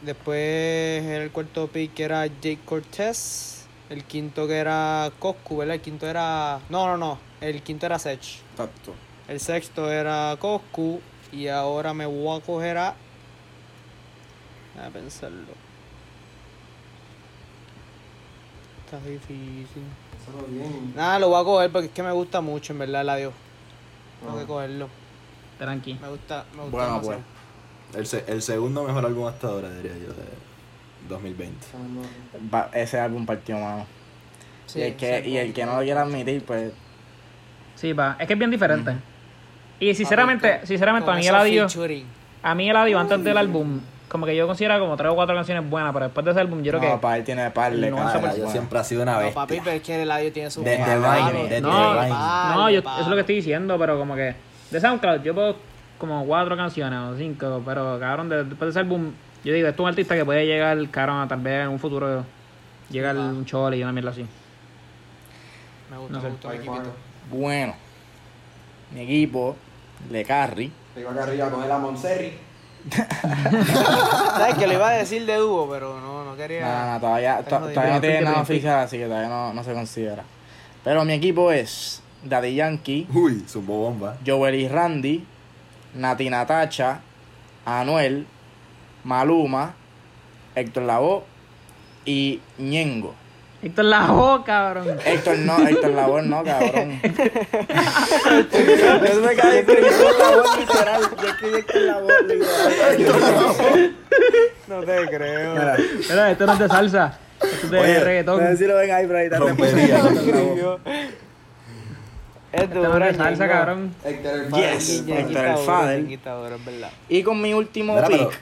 E: Después en el cuarto pick que era Jake Cortez. El quinto que era Coscu, ¿verdad? El quinto era. No, no, no. El quinto era Sech.
C: Exacto.
E: El sexto era Coscu. Y ahora me voy a coger a. A pensarlo. Está difícil.
D: Solo bien.
E: Nada, lo voy a coger porque es que me gusta mucho, en verdad, el adiós. Tengo que
D: Ah.
E: cogerlo.
B: Tranqui.
E: Me gusta, me gusta.
C: Bueno, pues.
E: demasiado.
A: El, se- el segundo mejor álbum hasta ahora, diría yo, de 2020.
C: Va- ese álbum partió, mano.
E: Sí,
C: y, el que,
E: sí,
C: y el que no lo quiera admitir, pues.
B: Sí, pa. Es que es bien diferente. Y sinceramente,
E: con-
B: sinceramente, a
E: con
B: mí el
E: esos
B: adiós.
E: featuring.
B: A mí el audio antes del álbum, como que yo consideraba como tres o cuatro canciones buenas, pero después de ese álbum yo creo
C: no,
B: que...
C: para él tiene par de
B: No,
C: canciones
A: Ah, yo
C: buenas.
A: siempre ha sido una
E: No, papi,
A: bestia.
E: pero es que el adiós tiene su.
A: Desde
E: Vale,
A: Vine, desde
E: vale,
A: Vine.
B: no, yo, eso es lo que
E: vale.
B: estoy diciendo, pero como que... De SoundCloud yo puedo como cuatro canciones o cinco, pero cabrón, de- después de ese álbum, yo digo, esto es un artista que puede llegar, cabrón, a tal vez en un futuro llega el- un chole y una mierda así.
E: Me gusta,
B: No sé.
E: me gusta mi equipito.
C: Bueno, mi equipo, Le Carry.
D: Te iba acá arriba a coger a Monserri.
E: Sabes que lo iba a decir de dúo, pero no, no quería.
C: Nada, nada, todavía, to-
E: jodido.
C: todavía no tiene
B: Pique,
C: nada
B: pique.
C: oficial, así que todavía no, no se considera. Pero mi equipo es Daddy Yankee,
A: Uy, zumbó bomba.
C: Joel y Randy, Nati Natacha, Anuel, Maluma, Héctor Lavoe y Ñengo.
B: Esto es la boca, cabrón.
C: Héctor no, Héctor Lavoe
A: *laughs*
C: no, cabrón.
E: Yo me caí escribiendo la voz literal. Yo escribí con la voz literal. No te creo.
B: Pero esto no es de salsa, esto es de
A: Oye,
B: reggaetón.
C: si lo ven ahí, pero ahí está.
A: Rompería.
E: Es
B: Esto no
E: dura,
B: es de salsa,
E: Ñengo.
B: cabrón.
D: Héctor el
C: Yes.
D: Padre.
E: Ñenguita
C: Héctor el
E: duro,
C: Fader.
E: Ñenguita duro, es verdad.
C: Y con mi último
A: Mira, pero-
C: pick.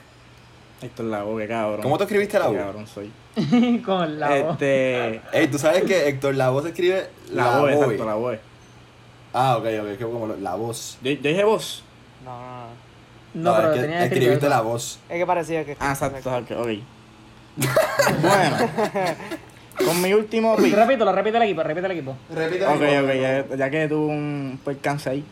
C: Héctor Lavoe, qué cabrón.
A: ¿Cómo tú escribiste la
C: Qué
A: voz?
C: cabrón soy.
B: *laughs* Con la boca.
A: *laughs*
C: Este.
A: Ey, tú sabes que Héctor la voz escribe
C: La voz,
A: voz.
C: exacto, la voz.
A: Ah, ok, ok, es que como lo- la voz.
C: Yo, yo dije voz.
E: No, no, no.
B: No,
A: Ah,
B: pero
A: es que
B: tenía este escrito
A: escribiste
B: eso.
A: la voz.
E: Es que parecía que.
C: Ah, exacto, exacto, ok. *laughs* bueno, con mi último pick. Ok,
B: Repítelo, repítelo al equipo, repítelo al equipo.
D: Repite.
C: ok, ya, ya que tuvo un percance ahí.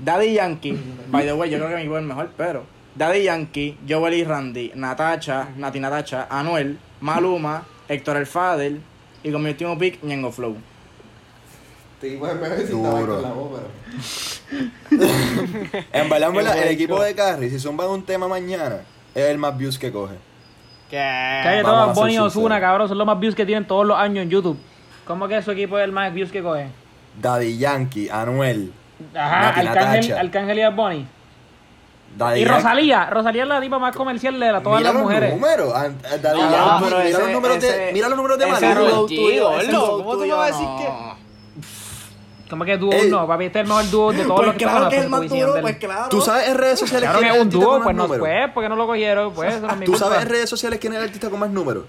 C: Daddy Yankee, by the way, yo creo que mi equipo es el mejor, pero. Daddy Yankee, Joel y Randy, Natacha, Nati Natacha, Anuel, Maluma, Héctor El Fadel y con mi último pick, Ñengo Flow.
D: Te iba a ver si estaba
A: Duro.
D: con la voz, pero.
A: En verdad, en
E: Qué
A: verdad, el
E: buen
A: equipo
E: show.
A: de Carrie, si zumban un tema mañana, es el más views que coge.
E: ¿Qué?
B: Calle
A: Ah, Vamos a
B: todos
A: ser
B: Bonnie y
A: sinceros.
B: Osuna, cabrón, son los más views que tienen todos los años en YouTube. ¿Cómo que su equipo es el más views que coge?
A: Daddy Yankee, Anuel.
B: Ajá,
A: Nati
B: Arcángel,
A: Natacha.
B: Arcángel y Bad Bunny.
A: Daddy
B: Y
A: Yan-
B: Rosalía, Rosalía es la tipa más comercial de la- todas
A: mira
B: las mujeres.
A: Los números. an- eh, Daddy
C: No,
A: Yankee,
C: pero
A: mira, los
C: ese-
A: números de,
C: ese-
A: mira los números de
C: ese
A: Maluma.
C: road
E: Tío,
C: tuyo, ese
E: gordo,
C: road
E: ¿cómo tú me
C: tuyo,
E: vas a decir
C: no.
E: que-
B: ¿Cómo que dúo
A: Ey.
B: no? Papi, este es el mejor dúo de todos los
C: Pues
B: que están
C: claro que es el
B: en la
C: más duro, pues
B: televisión.
C: claro.
A: ¿Tú sabes en redes sociales
B: Claro
A: quién
B: que
A: es
B: es
A: el
B: un
A: artista
B: dúo,
A: con más
B: pues no,
A: números?
B: pues, porque no lo cogieron, pues, eso no es mi
A: ¿Tú
B: culpa.
A: sabes en redes sociales quién es el artista con más números?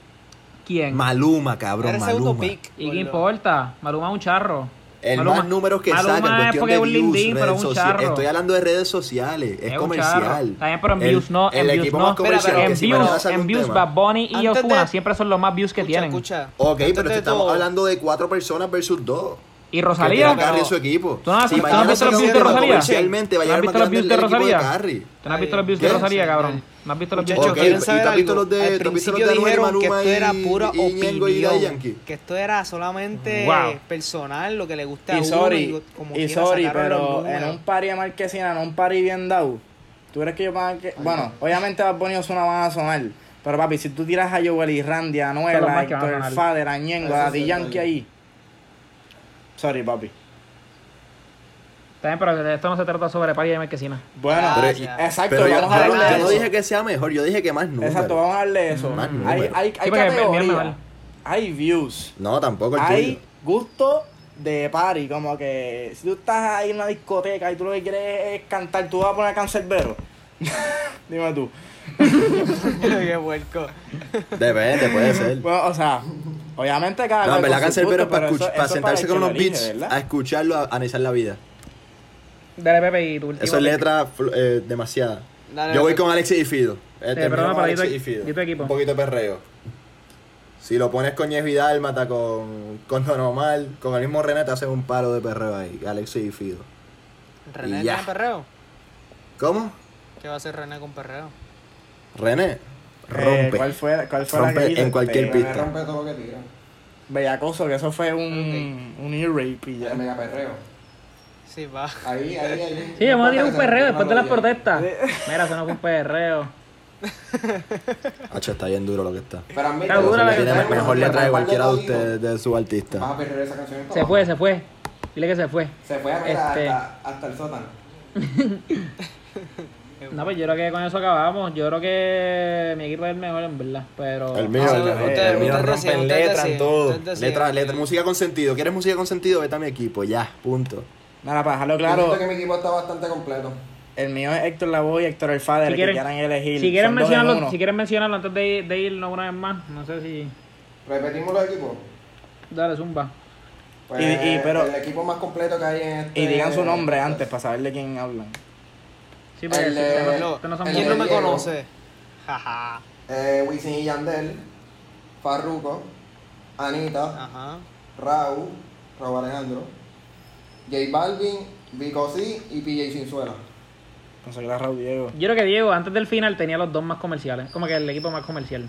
B: ¿Quién?
A: Maluma,
E: Era
A: cabrón,
E: el segundo
A: Maluma.
E: pick.
B: ¿Y qué
E: boludo.
B: importa? Maluma es un charro.
A: El
B: Maluma-
A: más números que
B: Maluma
A: saca en
B: es
A: cuestión
B: porque
A: de
B: es un
A: views,
B: lindín, pero
A: redes
B: es un
A: sociales.
B: charro.
A: Estoy hablando de redes sociales, es,
B: Es un charro.
A: comercial.
B: También, pero en
A: El-
B: views no, en
A: El
B: views
A: equipo
B: no.
A: más
E: Espera,
A: comercial
E: pero
A: que
B: En
A: si
B: views,
A: mañana saca
B: en
A: un
B: views
A: tema-
B: Bad Bunny y
E: Antes de-
B: Osuna siempre son los más views que
E: Escucha,
B: tienen.
E: escucha.
A: Ok,
E: Antes
A: pero te
E: de
A: estamos
E: todo,
A: hablando de cuatro personas versus dos.
B: Y
A: Que
B: Rosalía.
A: tiene a
E: pero-
A: Curry en su equipo.
B: ¿Tú no has-
A: si
B: tú no has
A: mañana se
B: visto los views de
A: campeona
B: Rosalía?
A: comercialmente, va a
B: ¿Tú no has
A: llegar más
B: visto los
A: grande
B: views de
A: el equipo de
B: Rosalía?
A: Curry.
B: ¿Tú no has visto los views de
A: ¿Qué?
B: Rosalía,
E: Sí,
B: cabrón?
E: dale.
B: ¿No has visto los views de
E: Muchachos,
A: Ok,
B: Rosalía?
E: ¿quieren
A: ¿y tú
E: saber
A: has visto
E: algo?
A: los de- tú
E: Al
A: has visto los
E: principio
A: de Anuel,
E: dijeron que
A: Maluma
E: esto era
A: y-
E: pura
A: y Ñengo y Daddy
E: opinión,
A: Yankee?
E: que esto era solamente
B: Wow.
E: personal, lo que le gusta a
C: Y
E: uno.
C: sorry,
E: y como
C: y
E: quiera
C: sorry,
E: sacaron los
C: pero en
E: números.
C: un party de Marquesina, no un party bien dado, ¿tú crees que yo van a que- Bueno, obviamente Bad Bunny y Ozuna van a sonar, pero papi, si tú tiras a Joel y Randy, a
B: Son
C: Noel,
B: los más
C: a
B: que van a
C: Héctor,
B: sonar.
C: Fader, a Ñengo,
D: Eso
C: a
D: es
C: The Yankee
D: verdad.
C: ahí... Sorry, papi.
B: Está bien, pero esto no se trata sobre París de Marquesina.
C: Bueno,
E: Pero-
C: exacto,
A: Pero yo,
C: vamos a
A: yo-
C: darle
A: yo no
C: eso.
A: dije que sea mejor, yo dije que más números.
C: Exacto, vamos a darle eso.
A: Más número.
C: Hay, hay, hay
B: Sí, porque es bien- bien
C: categoría,
B: menor.
C: hay views,
A: No, tampoco el
C: hay
A: tuyo.
C: gusto de party, como que si tú estás ahí en una discoteca y tú lo que quieres es cantar, tú vas a poner cancerbero. *laughs* Dime tú.
E: *laughs* Qué puerco.
A: Depende, puede ser.
C: *laughs* Bueno, o sea, obviamente
A: No,
C: cada cual
A: en verdad,
C: con sus
A: Cáncer Pero es
C: gustos,
A: para,
C: pero
A: escuch-
C: eso-
A: para
C: eso es
A: sentarse
C: el
A: con
C: que
A: unos
C: lo elige,
A: beats,
C: ¿verdad?
A: a escucharlo, a analizar la vida.
B: Dale, Pepe, y tu último.
A: Eso es letra fl- eh, demasiada.
E: Dale,
A: Yo voy
E: Pepe.
A: con Alexis y Fido. Eh, termino
B: perdona,
A: con
B: pero
A: Alexis
B: di tu-
A: y Fido.
B: di tu equipo.
A: Un poquito de perreo. Si lo pones con Yes Vidal, mata con, con Don Omar, con el mismo René te hacen un palo de perreo ahí, Alexis y Fido.
E: ¿René
A: Y ya.
E: tiene perreo?
A: ¿Cómo?
E: ¿Qué va a hacer René con perreo?
A: René,
C: Eh,
A: rompe.
C: ¿Cuál fue, cuál fue la
A: Rompe
C: que hizo?
A: en cualquier
C: Este,
A: pista.
D: Me rompe todo lo que tira.
C: Bellacoso, que eso fue un, un ear rape y ya.
D: El mega perreo.
B: *laughs*
E: Sí, va.
D: Ahí, ahí, ahí.
B: Sí, vamos a tirar un perreo después de las
D: protestas.
B: protestas. Mira, eso no fue un perreo.
A: Hacho, está bien duro lo que está.
D: Pero admite,
B: Está dura la
A: Tiene
B: canción.
A: me- mejor letra de
D: Con par
A: cualquiera de
D: códigos,
A: ustedes, de sus
D: Vas
B: Ah,
A: artistas.
D: a perrear esa canción en
B: Se
D: todo.
B: fue, se fue. Dile que se fue.
D: Se fue a mira,
B: Este.
D: hasta, hasta el sótano.
B: No, pues yo creo que con eso acabamos. Yo creo que mi equipo es el mejor, en verdad. Pero.
A: El mío, el,
E: Ustedes-
A: el mío
E: ustedes
A: rompe
E: decían,
A: en
E: ustedes
A: letra, en
E: decían,
A: todo.
E: ustedes decían.
A: Letra, letra, música con sentido. ¿Quieres música con sentido? Vete a mi equipo, ya, punto.
C: Nada, para dejarlo
D: Yo
C: claro,
D: siento que mi equipo está bastante completo.
C: el mío es Héctor Lavoe y Héctor El Fader,
B: Si
C: el
B: quieren-
C: que quieran elegir.
B: Si quieren,
C: Son dos en
B: mencionarlo,
C: uno.
B: si quieren mencionarlo antes de, ir- de irnos una vez más, no sé si.
D: Repetimos los equipos.
B: Dale, zumba.
D: Pues,
C: Y- y- pero-
D: el equipo más completo que hay en este.
C: Y digan su nombre antes
D: eh.
C: para saber de quién hablan.
B: Sí, porque
D: El
B: si
D: de-
B: ustedes no-
E: Yo-
B: ustedes no son
D: el
E: ¿Quién
D: de
E: no
B: buenos.
E: me
D: Diego.
E: conoce? Jaja.
D: Eh, Wisin y Yandel, Farruko, Anita,
E: Ajá.
D: Raúl, Raúl Alejandro, J Balvin, Vico C y PJ Sinzuela.
C: Conseguir a Raúl Diego.
B: Yo creo que Diego, antes del final, tenía los dos más comerciales. Como que el equipo más comercial.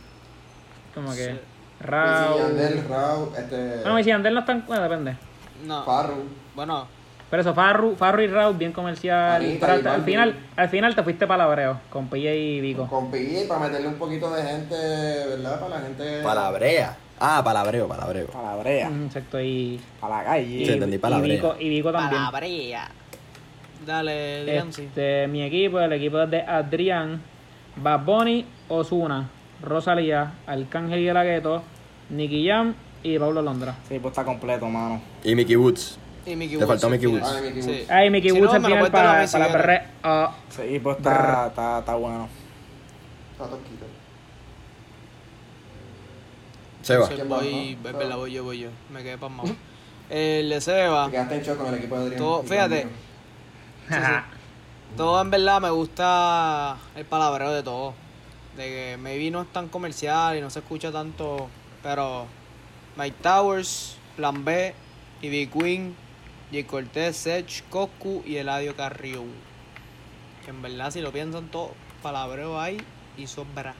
B: Como que.
E: Sí.
B: Raúl.
D: Wisin y Yandel, Raúl, este.
B: Bueno, si Andel no están. Bueno, depende.
E: No.
D: Farru.
E: Bueno,
B: Pero eso, Farru, Farru y Raúl, bien comercial.
D: Ahí está,
B: Pero
D: ahí
B: al,
D: va,
B: al
D: bien.
B: final, al final te fuiste palabreo con PJ y Vico.
D: Con PJ para meterle un poquito de gente, ¿verdad? Para la
B: Eh.
D: gente.
A: Palabrea. Ah, palabreo, palabreo.
C: Para la brea,
B: Mm, Exacto, y.
C: para la
B: Y,
A: Sí,
C: calle.
A: entendí,
B: y
A: palabrea.
B: Vico, y Vico también.
E: palabrea. Dale, digan sí.
B: Este, mi equipo, el equipo de Adrián, Bad Bunny, Osuna, Rosalía, Arcángel y de la Gueto, Nicky Jam y Pablo Londra.
C: Sí, pues está completo, mano.
A: Y Mickey Woods.
E: Y Mickey
A: Te faltó
E: al
A: Mickey
E: final.
D: Woods. Ah, Mickey Woods.
B: Ay, Mickey
E: Si no,
B: Woods al
E: me lo
B: final
E: cuentan a
B: para,
E: mí si
B: para
E: quieres.
B: perre- ah.
C: Sí, pues está, está, está bueno.
D: Está tosquito.
A: Seba.
E: Sí,
D: ¿Quién
E: voy,
D: va?
E: es verdad, voy yo, voy yo. Me quedé pasmado. El de Seba.
D: Te quedaste en shock con el equipo de Adrián.
E: Todo-
D: Y
E: fíjate.
D: conmigo.
E: Sí, sí. Todo en verdad me gusta el palabreo de todo. De que maybe no es tan comercial y no se escucha tanto. Pero Mike Towers, Plan B, Ivy Queen, J. Cortez, Sech, Coscu y Eladio Carrillo. Que en verdad si lo piensan todo, palabreo hay y sobra.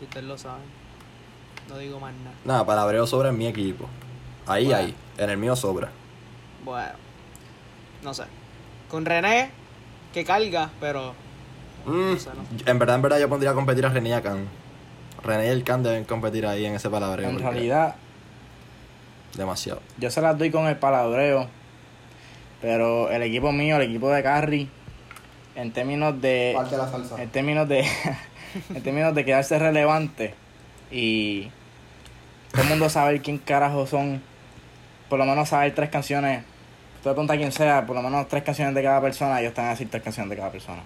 E: Y ustedes lo saben. No digo más nada.
A: Nada, palabreo sobra en mi equipo. Ahí,
E: Bueno.
A: ahí. En el mío sobra.
E: Bueno. No sé. Con René, que carga, pero
A: Mm,
E: sé, no.
A: En verdad, en verdad, yo pondría a competir a René y a Can. René y el Can deben competir ahí en ese palabreo.
C: En
A: porque
C: realidad,
A: Demasiado.
C: yo se las doy con el palabreo. Pero el equipo mío, el equipo de Carry, en términos de.
D: Parte de la salsa.
C: En términos de. *laughs* en términos de quedarse relevante. Y. Todo el mundo sabe quién carajo son. Por lo menos saber tres canciones. Tú le preguntas a quien sea, por lo menos tres canciones de cada persona. Ellos están a decir tres canciones de cada persona.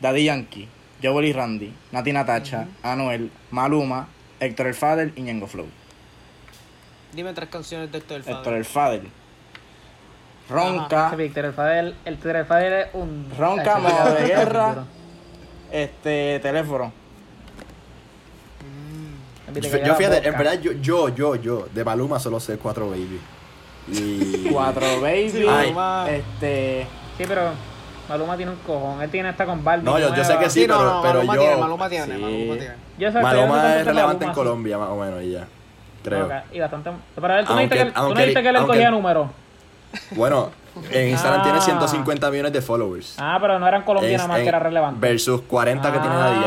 C: Daddy Yankee, Joel y Randy, Nati Natacha, Anuel, Maluma, Héctor El Fader y Ñengo Flow.
E: Dime tres canciones de Héctor el
C: Héctor
E: Fader.
C: El Fader. Ronca,
E: Ah.
B: Ese Víctor El Fadel, el Víctor El Fadel es un.
C: Ronca,
B: Ay,
C: modo de
B: sí,
C: guerra.
B: duro.
C: este teléfono.
B: Viste que
A: Yo
B: la
A: fíjate,
B: boca.
A: en verdad, yo, yo, yo, yo, de Maluma solo sé cuatro baby.
B: *laughs*
A: Y.
C: Cuatro Baby,
E: *laughs* Sí,
A: Ay.
E: Maluma-
C: este...
B: Sí, pero Maluma tiene un cojón. Él tiene hasta con Barbie.
A: No, yo, yo sé
B: nueva.
A: que sí,
E: Sí, no,
A: pero,
E: no,
A: pero
E: Maluma
A: yo.
E: tiene, Maluma tiene,
A: sí.
E: Maluma tiene.
B: Yo sé, pero yo no sé
A: Maluma
B: tanto
A: es
B: de
A: relevante en
B: Maluma.
A: Colombia, más o menos, y ya. Creo.
B: Ok, Y bastante. Pero él, tú no
A: Aunque-
B: dijiste que él, tú no
A: aunque-
B: dijiste que él
A: aunque-
B: cogía números.
A: Bueno, en Instagram
B: Ah.
A: tiene 150 millones de followers.
B: Ah, pero no eran colombianos
A: Es
B: más
A: en-
B: que era relevante.
A: Versus 40 que tiene Daddy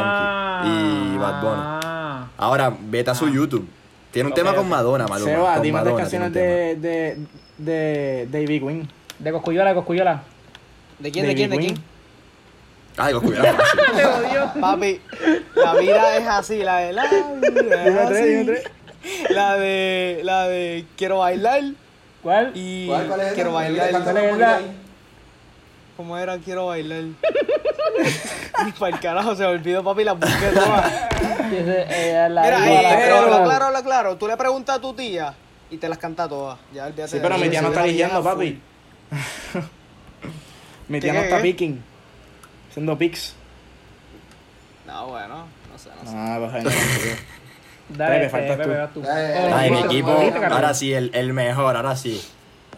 A: Yankee y Bad Bunny.
B: Ah.
A: Ahora, vete a su YouTube. Tiene un
B: Ok,
A: tema
B: ok.
A: con Madonna, Maluma.
C: Ah. Seba,
A: con
C: dime tres
A: Madonna tiene un
C: canciones
A: tema.
C: de, de, de Davey Queen.
B: De Coscuyola, de Coscuyola.
E: ¿De quién, de quién, de quién?
A: Ay, Goku, era fácil.
B: Te odio.
E: Papi, la vida es así, la de la vida es
C: Dime tres, dime
E: así.
C: tres.
E: La de, la de quiero bailar
B: ¿Cuál?
E: y
D: ¿Cuál, cuál es
E: eh, quiero
D: esa? Cántala
E: bailar.
B: ¿Cuál es
D: un poquito
B: esa?
D: ahí.
E: ¿Cómo era? Quiero bailar. *laughs* Y para el carajo se me olvidó, papi, las busqué todas.
B: Dice, eh, la
E: Mira,
B: Isla
E: eh,
B: de la
E: pero
B: Perla.
E: habla claro, habla claro. Tú le preguntas a tu tía y te las canta todas. Ya, olvídate
C: Sí,
E: de
C: pero
E: eso.
C: mi tía no está
E: Esa
C: guiando,
E: vieja
C: papi. *laughs* mi
E: ¿Qué,
C: tía no
E: qué,
C: está
E: qué?
C: picking. Haciendo pics.
E: full. No, bueno, no sé, no sé.
C: Ah,
A: *laughs*
C: pues ahí
B: Dale,
C: Pepe,
B: este,
C: faltas tú.
B: Pepe, vas tú.
D: Dale,
B: Oh,
D: dale,
A: Ay, mi
D: Viste,
A: equipo.
D: viste, Carlos.
A: Ahora sí, el, el mejor, ahora sí.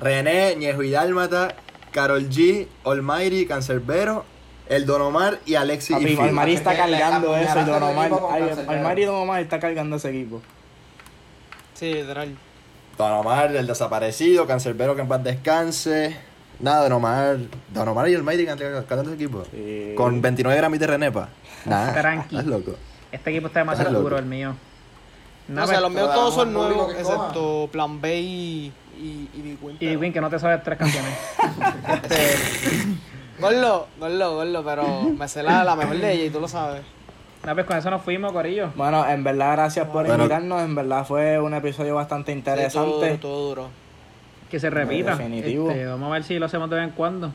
A: René, Ñejo y Dálmata, Carol G, Almighty, Cancerbero, El Don Omar y Alexis
C: Papi,
A: y Phil.
C: Almari está
D: Porque le
C: cargando eso y
D: apuñalaste
C: Don
D: al
C: Omar.
D: equipo con
C: ay,
D: Canserbero.
C: Almari y Don Omar está cargando ese equipo.
E: Sí, literal.
A: Don Omar, el desaparecido, Cancerbero que en paz descanse. Nada, Don Omar. Don Omar y Almighty cantan cantan ese equipo.
C: Sí.
A: Con 29 gramos de Renepa. Nada.
B: Tranqui.
A: Estás loco.
B: Este equipo está demasiado
A: Estás loco.
B: duro, el mío.
E: No,
B: No,
E: o sea,
B: pero-
E: los míos
D: pero
E: todos
D: vamos
E: son
D: al público
E: nuevos,
D: que coja.
E: excepto Plan B y, y, y Big Win.
B: Y
E: pero- este,
B: Win, que no te sabes tres canciones.
E: *laughs* Gorlo, gorlo, gorlo, pero me sé la, la mejor de ella y tú lo sabes.
B: No, pues con eso nos fuimos, Corillo.
C: Bueno, en verdad, gracias por
A: Bueno.
C: invitarnos. En verdad, fue un episodio bastante interesante.
E: Sí, todo duro,
C: *laughs*
E: todo duro.
B: Que se repita.
C: Definitivo.
B: Este, vamos a ver si lo hacemos de vez en cuando.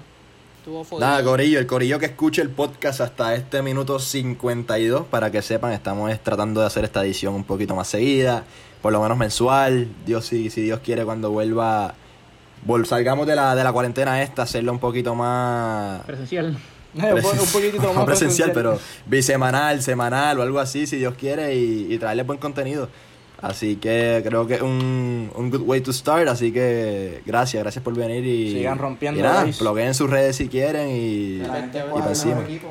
E: Tuvo
A: Nada, Corillo, el Corillo que escuche el podcast hasta este minuto 52, para que sepan, estamos es tratando de hacer esta edición un poquito más seguida, por lo menos mensual. Dios, si, si Dios quiere, cuando vuelva, vol- salgamos de la, de la cuarentena esta, hacerlo un poquito más.
B: Presencial.
C: *laughs* un, po- un
A: *laughs*
C: poquitito más
A: presencial, pero bisemanal, semanal o algo así, si Dios quiere, y, y traerle buen contenido. Así que creo que es un, un good way to start. Así que gracias, gracias por venir y.
C: Sigan rompiendo,
A: Y nada,
C: guys.
A: plugueen sus redes si quieren y.
D: La gente
E: Y
A: pa'
D: juega el mejor
A: encima.
D: equipo.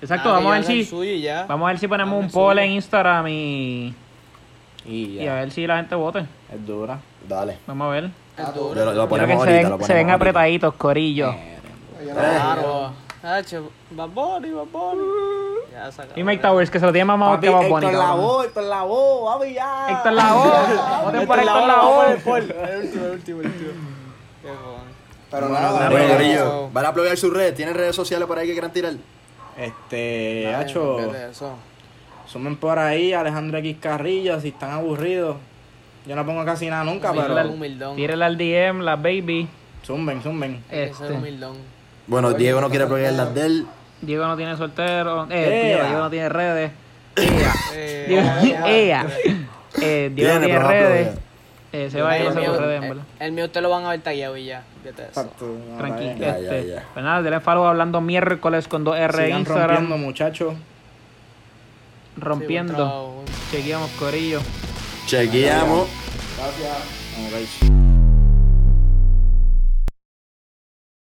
B: Exacto, vamos a ver si.
E: Suyo y ya.
B: Vamos a ver si ponemos
E: Hagan
B: un
E: el suyo.
B: poll en Instagram y,
C: Y
B: y a
C: ya,
B: ver si la gente vote.
C: es dura.
A: Dale.
B: Vamos a ver.
D: Ah,
A: Yo
D: tú.
A: Lo, lo
B: Quiero
A: ponemos
B: que se
A: ahorita, lo
B: ven,
A: ponemos
B: se ven
A: ahorita.
B: apretaditos, Corillo.
D: Yo no-
E: Claro. Hacho, Bad Bunny, Bad Bunny. Ya se acabó.
B: Y Mike Towers, que se lo tiene mamado
C: Papi,
B: que más
C: Héctor
B: bonito.
C: Lavoe, Héctor Lavoe, papi, ya.
B: Héctor *laughs* Lavoe. Voten por
E: Héctor
B: Héctor
E: Lavoe,
B: Lavoe.
E: por el pol. El último, el último, el último. Qué bueno.
D: Pero
A: Bueno,
D: nada,
A: bueno,
D: dale.
A: Corillo, van a pluguear sus redes. ¿Tienen redes sociales por ahí que quieran tirar?
C: Este,
E: Ay,
C: hacho,
E: fíjate eso.
C: sumen por ahí, Alejandro X Carrillo, si están aburridos. Yo no pongo casi nada nunca,
E: Humildón,
C: pero
E: humildón. Hay
B: Tírenle al DM, la baby.
C: zumben, zumben.
E: que ser
B: Este.
E: humildón.
A: Bueno, Diego no quiere pluguear las de él.
B: Diego no tiene soltero. Eh,
C: Ea.
B: Diego, Diego no tiene redes.
E: Eh,
B: Diego, *laughs* ella. Eh, Diego
A: Tiene,
B: no tiene
A: pero no
B: redes.
A: aplaude.
B: Eh, se va a ir
E: el,
B: a hacer
E: mío,
B: sus redes, en
E: el,
B: verdad.
E: el mío te lo van a ver tagueado y ya. Fíjate eso.
C: Exacto. no, está
B: Tranquilo.
C: bien.
A: Ya, ya,
B: Este,
A: ya.
B: Pues nada, denle follow hablando miércoles con 2R en
C: Sigan rompiendo,
B: Instagram.
C: muchachos.
E: Sí, buen
B: Rompiendo.
E: trabajo.
B: Seguimos, Corillo.
A: Chequeamos.
D: Gracias.
C: Vamos, guys.